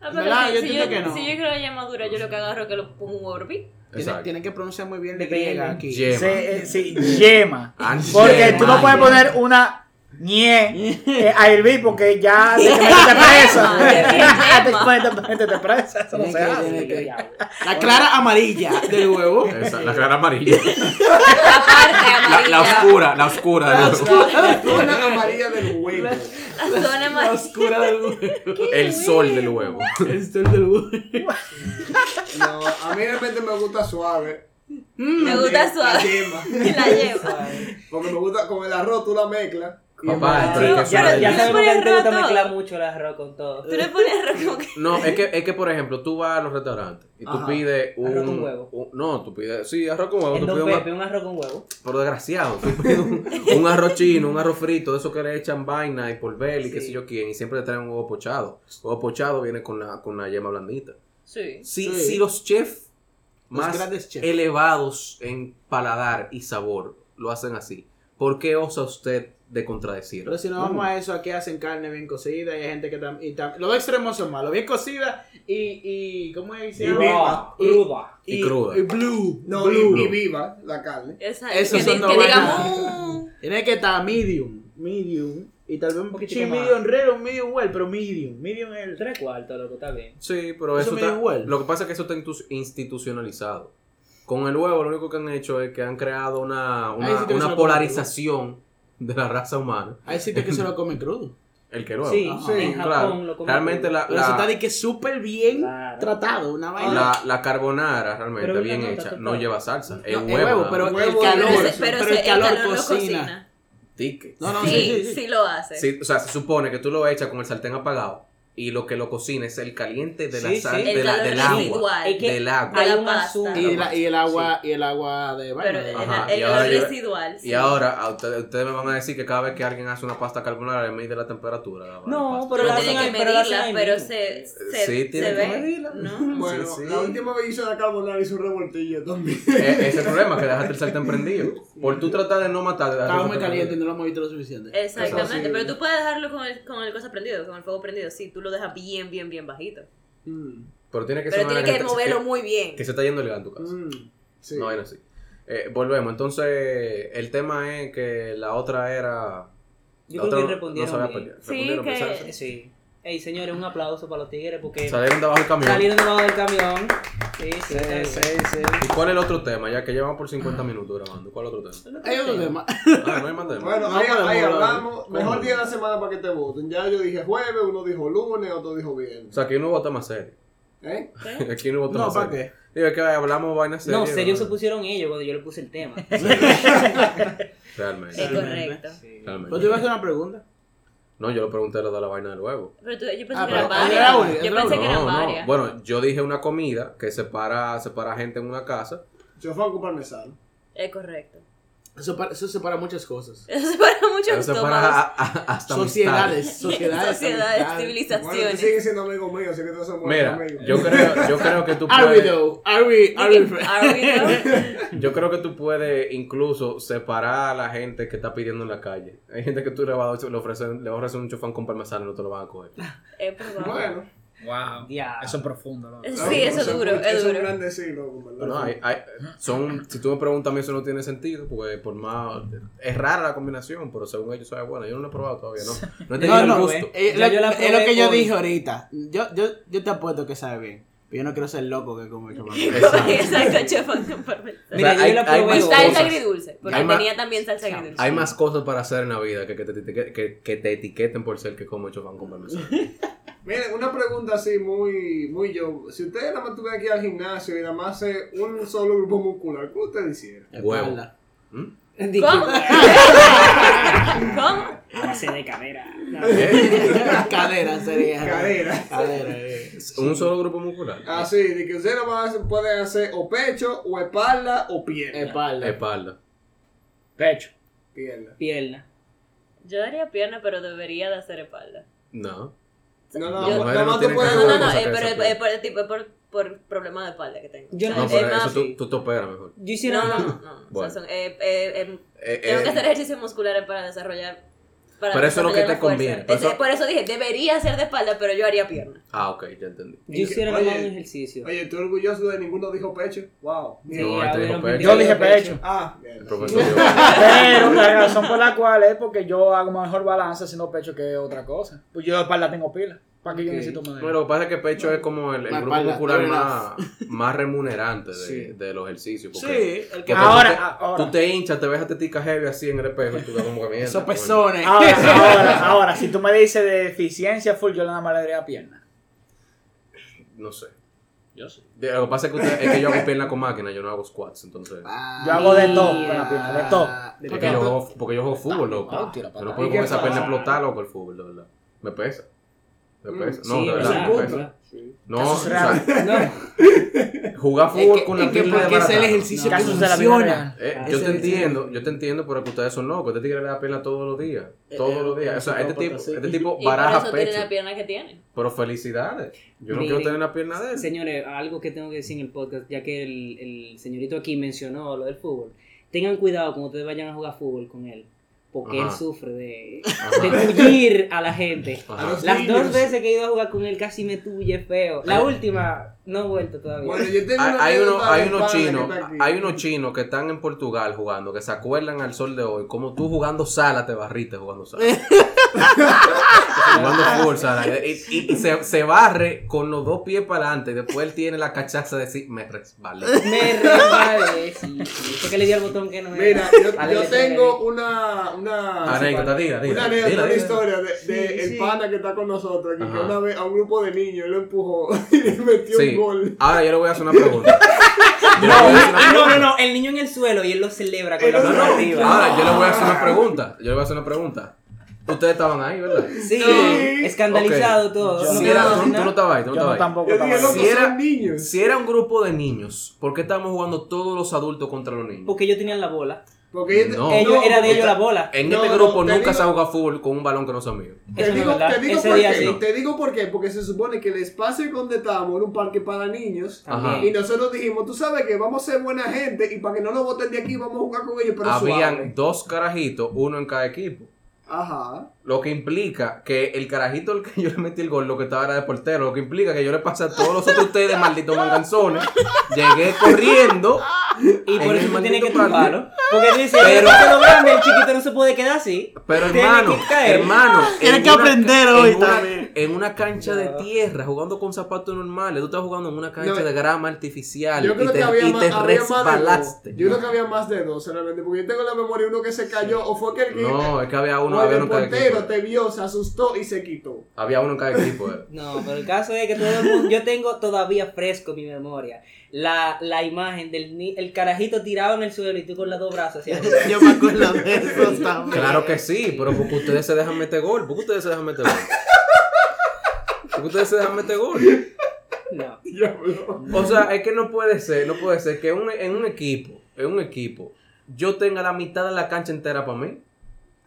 Ah, ¿Verdad? Yo si, si, entiendo que no. si yo creo la llamadura, yo lo que agarro es que lo pongo un huevo hervido. Tiene, Exacto. tienen que pronunciar muy bien la Depende. griega aquí. Yema. Sí, eh, sí, yema. Ah, Porque yema. tú no puedes poner una ñe eh, a hervir porque ya te metiste presa. Yema. Te metiste- Métete presa, eso no Tiene se que- hace. tiene que- Diablo. La clara amarilla del huevo. Esa, la clara amarilla. Aparte, La, amarilla. la La, oscura, la oscura. del huevo. La zona amarilla del huevo. zona La amarilla. oscura del huevo. El sol del huevo. El sol del huevo. No, a mí realmente me gusta suave. Mm, Me gusta La suave. yema. La yema. Porque me gusta con el arroz, tú la mezclas. y Papá, es pero es más- Sí, que suena ya, de ya bien. sabemos que a ti te gusta Pero- mezclar mucho el arroz con todo. Tú le pones arroz como que. No, es que, es que, por ejemplo, tú vas a los restaurantes y tú Ajá. pides un. Arroz con huevo. un- no, tú pides. Sí, arroz con huevo. El Tú Don pides un, Pepe, un arroz con huevo. pero desgraciado. Tú pides un, un arroz chino, un arroz frito, de esos que le echan vaina y polvel y qué Sí. sé yo quién. Y siempre te traen un huevo pochado. Huevo pochado viene con la, con la yema blandita. Sí. Si, Sí. si los chefs Los más grandes chefs. elevados en paladar y sabor lo hacen así, ¿por qué osa usted de contradecir? Pero si nos vamos a eso, aquí hacen carne bien cocida y hay gente que también... Los dos extremos son malos, bien cocida y... y ¿Cómo es? Y viva. ah, Raw, cruda. Y cruda. Ah, Y blue. No, y, blue. y viva la carne. Esa, Eso que, son di- dos que "Mm". vainas. digamos. Tiene que estar medium. Medium. Y tal vez un poquito poquito más. medium rare o medium well, pero medium. Medium es el... Tres cuartos, loco, está bien. Sí, pero Eso eso, me está- da igual. lo que pasa es que eso está intu- institucionalizado. Con el huevo lo único que han hecho es que han creado una, una- Ahí sí te una lo ponen polarización de la raza humana. Hay sitios que se lo comen crudo. El que el huevo. Sí, Ajá. en Japón Ah, claro. lo comen. Realmente la, Pero eso está la, de que súper bien Claro. tratado, una vaina. la- la carbonara realmente Pero bien mira, no, hecha está no todo. lleva salsa. Es No, huevo. el huevo, nada pero más. Huevo, el calor, pero Pero, ese- pero pero ese- el calor, lo cocina. Tique. No, no, sí, sí, sí, lo hace. Sí, o sea, se supone que tú lo echas con el sartén apagado y lo que lo cocina es el caliente de la Sí, sal, sí. de El la- calor del agua. residual. Es que Del agua. Hay La un pasta. asunto. Y, la- y el agua, y el agua de Pero vaina. el, de- Ajá, el y calor ahora yo- residual. Y sí. ahora a ustedes, ustedes me van a decir que cada vez que alguien hace una pasta carbonara le mide la temperatura. la- la No, pasta. pero Tú la no hacen tienes que ahí- pero la hacen medirla, ahí pero mismo. se, se, Sí, se tiene que ve. medirla. ¿no? Bueno, Sí, sí. la última vez hizo la carbonara hizo un revoltillo también. E- ese es el problema, que dejaste el sartén prendido. Por tú tratar de no matar. dejaste el Estaba muy sartén caliente y prendido. no lo hemos visto lo Eh, suficiente. Exactamente, sí. pero tú puedes dejarlo con el, con el cosa prendido, con el fuego prendido, sí, tú lo dejas bien, bien, bien bajito. Mm, Pero tiene que ser Pero tienes una que vaina te- moverlo muy bien. que se está yendo el gas en tu casa. mm, sí. No, era así. Eh, volvemos, entonces el tema es que la otra era... Yo la creo otra que no- respondieron No sabía bien. pelear. Sí, Respondieron, que- pensaron, sí. Sí. Ey, señores, un aplauso para los tigres porque Salieron debajo del camión. salieron debajo del camión. Sí, sí, está bien. ¿Y cuál es el otro tema? Ya que llevamos por 50 minutos grabando. ¿Cuál otro tema? Hay otro tema. Ah, no hay más tema. Bueno, No ahí, podemos ahí hablar. hablamos. Mejor día de la semana para que te voten. Ya yo dije jueves, uno dijo lunes, otro dijo O viernes. sea, aquí no hubo tema serio. ¿Eh? Aquí no hubo tema No, ¿para serio. qué? Digo, es que hablamos vainas serias. No, serio se pusieron ellos cuando yo le puse el tema. Es Realmente. correcto. Sí. Pero te iba a Realmente. hacer una pregunta. No, yo le pregunté lo de la vaina del huevo. Pero tú- yo pensé Ah, que eran pero- era varias. una, Yo era pensé una. que eran No, no. varias. Bueno, yo dije una comida que separa, separa gente en una casa. Chofán con parmesano. Es correcto. Eso, para- eso separa muchas cosas. Eso es para muchos Eso para a- estómagos. a- hasta amistades. Sociedades, sociedades. sociedades, amistades. Bueno, tú civilizaciones. sigues siendo amigo mío, así que tú sos bueno Mira, conmigo. yo creo, yo creo que tú Are we puedes, though? Are we, are we Dije, friends? "Are we though?" yo creo que tú puedes incluso separar a la gente que está pidiendo en la calle. Hay gente que tú le vas a le ofrecer, le vas a ofrecer un chofán con parmesano y no te lo van a coger. Es probable. Bueno, Wow. Ya. Eso es profundo, loco. Es- no, Sí, eso es se duro, escucha, es eso duro. un gran decir, loco, en ¿verdad? No, hay- hay- son, si tú me preguntas a mí, eso no tiene sentido, porque por más. Es rara la combinación, pero según ellos sabe bueno. Yo no lo he probado todavía, no. No he tenido No, el no, gusto. eh, Ya lo- yo la es lo que probé yo hoy. dije ahorita. Yo, yo, yo te apuesto que sabe bien. Pero yo no quiero ser loco que como el camarón. Exacto. Exacto, chefán con parmesano. Mira, O sea, yo hay- la hay probé Y más hoy. salsa cosas. agridulce, porque Hay ma- tenía también salsa agridulce. Hay más cosas para hacer en la vida que que te, etiqueten- que, que te etiqueten por ser que como chofán con parmesano. Miren, una pregunta así muy, muy yo. Si ustedes nada más estuvieran aquí al gimnasio y nada más hace un solo grupo muscular, ¿qué ustedes hicieron? Huevo. ¿Mm? ¿Cómo? ¿Cómo? A base de cadera. No. Eh. Cadera sería. Cadera. Cadera, eh. Un solo grupo muscular. Así, de que ustedes nada más pueden hacer o pecho, o espalda, o pierna. Espalda. Espalda. Pecho. pierna. Pierna. Yo daría pierna, pero debería de hacer espalda. No. No, Las no, mujeres nada no más tú tienen que puedes... hacer No, no, una no, cosa eh, que pero se es puede. por, el tipo- es por, por problema de espalda que tengo. Yo O sea, No, es pero más- eso tú, tú te operas mejor. Yo hiciera No, no, no. no. O sea, Bueno. son- eh, eh, em, Eh, tengo que eh, hacer ejercicios musculares para desarrollar. Para Pero eso es lo que desarrollar la te fuerza. conviene, por Es- eso- por eso dije, debería ser de espalda, pero yo haría pierna. Ah, ok, ya entendí. Yo hiciera Oye. nada más un ejercicio. Oye, ¿tú orgulloso de ninguno dijo pecho? Wow. Sí, No, ya te dijo vieron pecho. que Yo dije tengo pecho. Ah, El bien. profesor dijo, Pero la razón por la cual es porque yo hago mejor balance haciendo pecho que otra cosa. Pues yo de espalda tengo pila. ¿Para qué yo Ok. necesito No, madera? lo que pasa es que pecho es como el, el Más grupo espalda, muscular no, no. más, más remunerante de, Sí. de los ejercicios. Porque, Sí, el porque que. Ah, Ahora, tú te, ahora. Tú te hinchas, te ves a tetica heavy así en el espejo y tú das como que mierda, Esos coño. pezones. Ahora, ahora, ahora, si tú me dices de eficiencia full, yo nada más le daría pierna. No sé. Yo sí. De- Lo que pasa es que, usted- es que yo hago pierna con máquina, yo no hago squats, entonces. Ah, Ah, Yo hago de todo con la pierna, de todo. Porque yo, juego, porque yo juego fútbol, loco. Ah, tira Yo no patada. puedo ¿Y con qué esa pasa? pierna explotar, loco, el fútbol, de verdad. Me pesa. Me Mm, pesa. Sí, No, de verdad, ¿verdad? me pesa. Sí. No, o Casos reales. sea, No, jugar Es fútbol que- con es la que pierna de porque es el barata. ejercicio No. que Casos de la vida funciona. Eh, Ah, yo ese te es el entiendo, yo te entiendo, pero que ustedes son locos. Este tigre le da pela todos los días. Eh, Todos eh, los días. O sea, este un tipo, poco, sí. este tipo Y por baraja eso tiene la pecho. pierna que tiene. Pero felicidades. Yo no Miren, quiero tener una pierna de él. señores, algo que tengo que decir en el podcast, ya que el, el señorito aquí mencionó lo del fútbol. Tengan cuidado cuando ustedes vayan a jugar fútbol con él, porque Ajá. él sufre de, Ajá. de tullir a la gente. A Ajá. los Las niños. dos veces que he ido a jugar con él casi me tuye feo. La última no he vuelto todavía. Bueno, yo tengo Hay, una hay uno- anécdota hay de un unos pana que chinos, está aquí. hay unos chinos que están en Portugal jugando, que se acuerdan al sol de hoy, como tú jugando sala te barriste jugando sala. jugando fútbol sala. Y, y- y se, se barre con los dos pies para adelante. Y después él tiene la cachaza de decir, me Ah, resbalé. Me resbalé, sí, sí. Fue que le di al botón que no Mira, era. yo, Ale, yo le- tengo una, una Anécdota, diga, Una diga. anécdota, una dila, dila. historia de, de Sí, el sí. pana que está con nosotros, que, que Ajá. una vez a un grupo de niños lo empujó y le metió Sí. un gol. Ahora yo le voy a hacer una pregunta. Yo le voy a hacer una Ah, no, no, pregunta. no. El niño en el suelo y él lo celebra con Él la lo mano celebra. arriba. Ahora yo le voy a hacer una pregunta. Yo le voy a hacer una pregunta. Ustedes estaban ahí, ¿verdad? Sí, No. escandalizado Ok. todo. Yo No Si no, era- quedaba tú, sin tú no nada. estabas ahí, tú no Yo estabas no ahí. tampoco. Yo dije, estaba- loco, Si era- son niños. Si era un grupo de niños, ¿por qué estábamos jugando todos los adultos contra los niños? Porque ellos tenían la bola. Porque ellos- No. ellos, era de porque- ellos la bola. En No, este no, grupo te nunca digo- se ha jugado fútbol con un balón que no sea mío. Te Eso no es digo, verdad. te digo Ese por día qué, sí. te digo por qué, porque se supone que el espacio donde estábamos era un parque para niños Ajá. y nosotros dijimos, tú sabes que vamos a ser buena gente y para que no nos voten de aquí vamos a jugar con ellos, pero Habían suave. dos carajitos, uno en cada equipo. Ajá. Lo que implica que el carajito al que yo le metí el gol, lo que estaba era de portero, lo que implica que yo le pasé a todos los otros ustedes, malditos manganzones. Llegué corriendo. Y en por eso el tú tienes que maldito tumbarlo. Porque tú dices, Pero- pero lo grande, el chiquito no se puede quedar así. Pero Tiene hermano, que caer. hermano. Tienes en que una- aprender hoy en una- también. En una cancha de No. tierra, jugando con zapatos normales. Tú estás jugando en una cancha No. de grama artificial. Yo creo y te, que había, y ma- te había más de resbalaste. dos. Yo creo que había más de dos, realmente, porque yo tengo en la memoria uno que se cayó o fue que el que No, es que había o uno, había el uno en cada portero equipo. te vio, se asustó y se quitó. Había uno en cada equipo. eh. No, pero el caso es que todo el mundo, yo tengo todavía fresco en mi memoria la, la imagen del ni- el carajito tirado en el suelo y tú con los dos brazos hacia arriba. Yo me acuerdo de eso también. Claro que sí, pero porque ustedes se dejan meter gol. ¿Por qué ustedes se dejan meter gol? ¿Por qué ustedes se dejan meter gol? No. Diablo. O sea, es que no puede ser, no puede ser que un- en un equipo, en un equipo, yo tenga la mitad de la cancha entera para mí.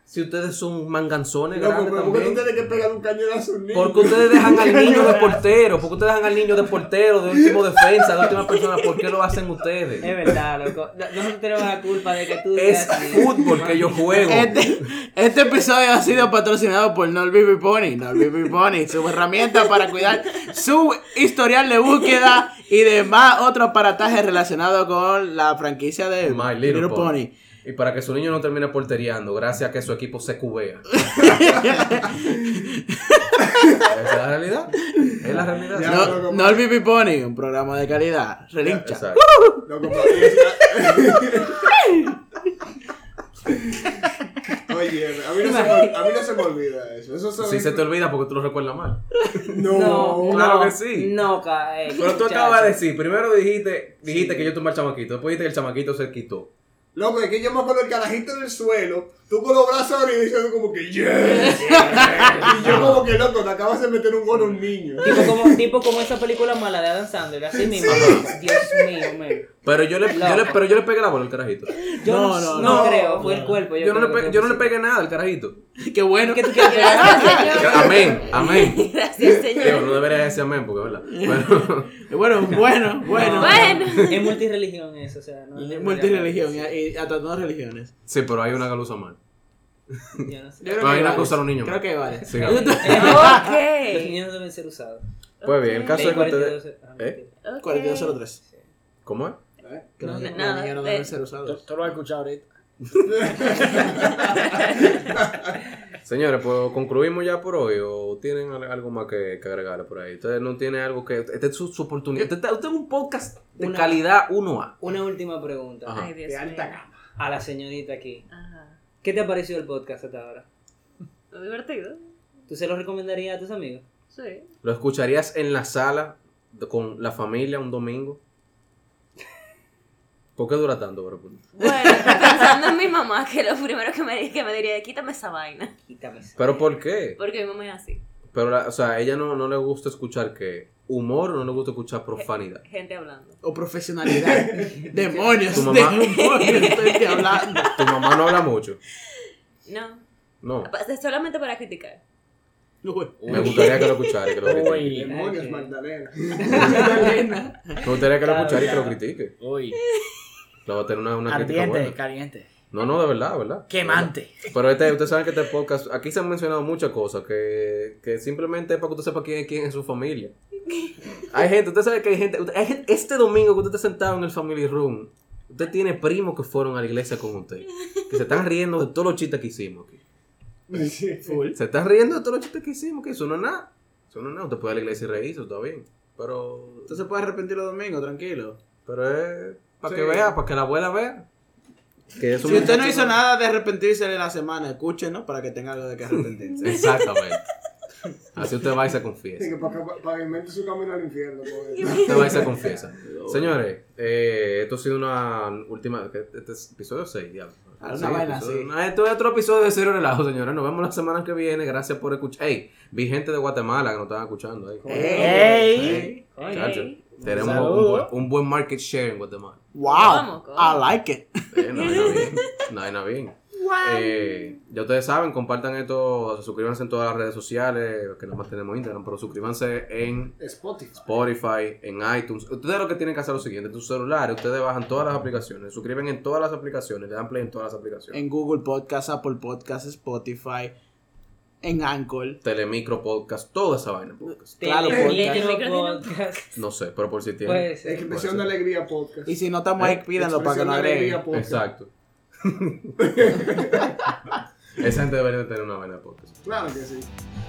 Si ustedes son manganzones Loco, grandes pero ¿por qué tú también. tienes pues, que pegar un cañonazo a un niño? Porque ustedes dejan al niño de portero, porque ustedes dejan al niño de portero, de último defensa, de última persona, ¿por qué lo hacen ustedes? Es verdad, loco. No- Nosotros tenemos la culpa de que tú Es seas así. fútbol que yo juego. Este, este episodio ha sido patrocinado por No Baby Pony. No Baby Pony, su herramienta para cuidar su historial de búsqueda y demás otro aparataje relacionado con la franquicia de My Little, Pony. Y para que su niño no termine portereando, gracias a que su equipo se cubea. Esa es la realidad. Es la realidad. Ya, Sí. No, loco, no Baby Pony, un programa de calidad. Relincha. Exacto. Loco, pero ahí está- Oye, a mí, no se me, a mí no se me olvida eso. Eso son- Si se te olvida porque tú lo recuerdas mal. No. No, Claro no, que sí. No, ca- eh, Pero tú muchacho. acabas de decir, primero dijiste, dijiste que yo tomé al chamaquito, después dijiste que el chamaquito se quitó. Loco, es que yo me acuerdo el carajito en el suelo, tú con los brazos arriba diciendo como que yes. y yo como que loco, te acabas de meter un gol a un niño. Tipo como, tipo como esa película mala de Adam Sandler, así mismo. loco. Dios mío, men. Pero yo le, yo le- pero yo le pegué la bola al carajito. Yo no, No, no, no no. creo, fue el cuerpo. Yo, Yo no, le creo pe- que yo no le fue- pegué nada al carajito. Qué bueno. ¿Qué tú quieres llegar? Amén, amén. Gracias, Digo, señor. no debería decir amén porque, ¿verdad? Bueno, Bueno, bueno, bueno. Bueno. Es multireligión eso, o sea, no. no- Multireligión y, y hasta todas religiones. sí, pero hay una que lo usa mal. Yo no sé. Yo creo Pero que hay una vale. cosa a los niños. Creo que vale. Sigamos. Este Los Ok. niños no deben este ser usados. Pues bien, el caso Ley es que ustedes. 42, ah, ¿Eh? mentira. Ok. 4203. ¿Cómo es? Creo No, que los nada, niños no eh. deben ser Tú, usados. tú lo has escuchado ahorita. Señores, pues concluimos ya por hoy. ¿O tienen al- algo más que, que agregar por ahí? Ustedes no tienen algo que. Esta es su, su oportunidad. Usted, está- usted este es un podcast de Una- calidad 1A. Una última pregunta Ajá. Ay, Dios mío. a la señorita aquí. Ajá. ¿Qué te ha parecido el podcast hasta ahora? ¿Lo divertido? ¿Tú se lo recomendarías a tus amigos? Sí. ¿Lo escucharías en la sala de- con la familia un domingo? ¿Por qué dura tanto, bro? Bueno, pensando en mi mamá, que lo primero que me, que me diría, quítame esa vaina. Quítame eso. ¿Pero por qué? Porque mi mamá es así. Pero, la- o sea, ella no, no le gusta escuchar que humor, no le gusta escuchar profanidad. Gente hablando. O profesionalidad. Demonios, Tu de mamá- humor que estoy hablando. Tu mamá no habla mucho. No. No. Pa- Pues, es Solamente para criticar. Uy. Me gustaría que lo escuchara y que lo critique. Uy, Demonios, Ok. Magdalena. Magdalena. Me gustaría que lo Claro, escuchara y que lo claro. critique. uy. Le va a tener una, una crítica Ardiente, buena. caliente. No, no, de verdad, de verdad. Quemante. Pero este, ustedes saben que este podcast, aquí se han mencionado muchas cosas que, que simplemente es para que usted sepa quién es quién en su familia. Hay gente, usted sabe que hay gente, hay gente- este domingo que usted está sentado en el family room, usted tiene primos que fueron a la iglesia con usted, que se están riendo de todos los chistes que hicimos aquí. Se están riendo de todos los chistes que hicimos aquí, eso no es nada. Eso no es nada, usted puede ir a la iglesia y reírse, está bien. Pero, Entonces puedes arrepentir los domingos, tranquilo. pero es para que Sí. vea, para que la abuela vea. Que es un Si usted no muchacho- hizo nada de arrepentirse en la semana, escúchenos para que tenga algo de que arrepentirse. Exactamente. Así usted va y se confiesa. Así que para que pavimente su camino al infierno. pobre. Te va a esa confiesa. Señores, eh, esto ha sido una última. ¿qué? Este es episodio 6, diablo. Ah, una Sí, vaina, episodio- sí. no, Esto es otro episodio de Cero Relajo, señores. Nos vemos la semana que viene. Gracias por escuchar. Ey, vi gente de Guatemala que nos están escuchando ahí. Ey. Chacho, Ey. Tenemos un Saludo. buen, un buen market share en Guatemala. Wow. Vamos, coño. I like it. Eh, no, no, bien. No, no, bien. Eh, ya ustedes saben, compartan esto, suscríbanse en todas las redes sociales, que nada más tenemos Instagram, pero suscríbanse en Spotify. Spotify, en iTunes. Ustedes lo que tienen que hacer es lo siguiente: en sus celulares, ustedes bajan todas las aplicaciones, suscriben en todas las aplicaciones, le dan play en todas las aplicaciones. En Google Podcast, Apple Podcast, Spotify, en Anchor. Telemicro, podcast, toda esa vaina. Podcast. Claro, Tele- podcast. micro podcast. No sé, pero por si tienen. Puede ser. Expresión de alegría podcast. Y si no estamos ahí, pídanlo para que Expresión Eh, no de agreguen. alegría podcast. Exacto. esa gente debería de tener una vaina de podcast. Claro que sí.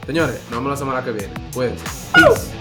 Señores, nos vemos la semana que viene. Cuídense. Peace.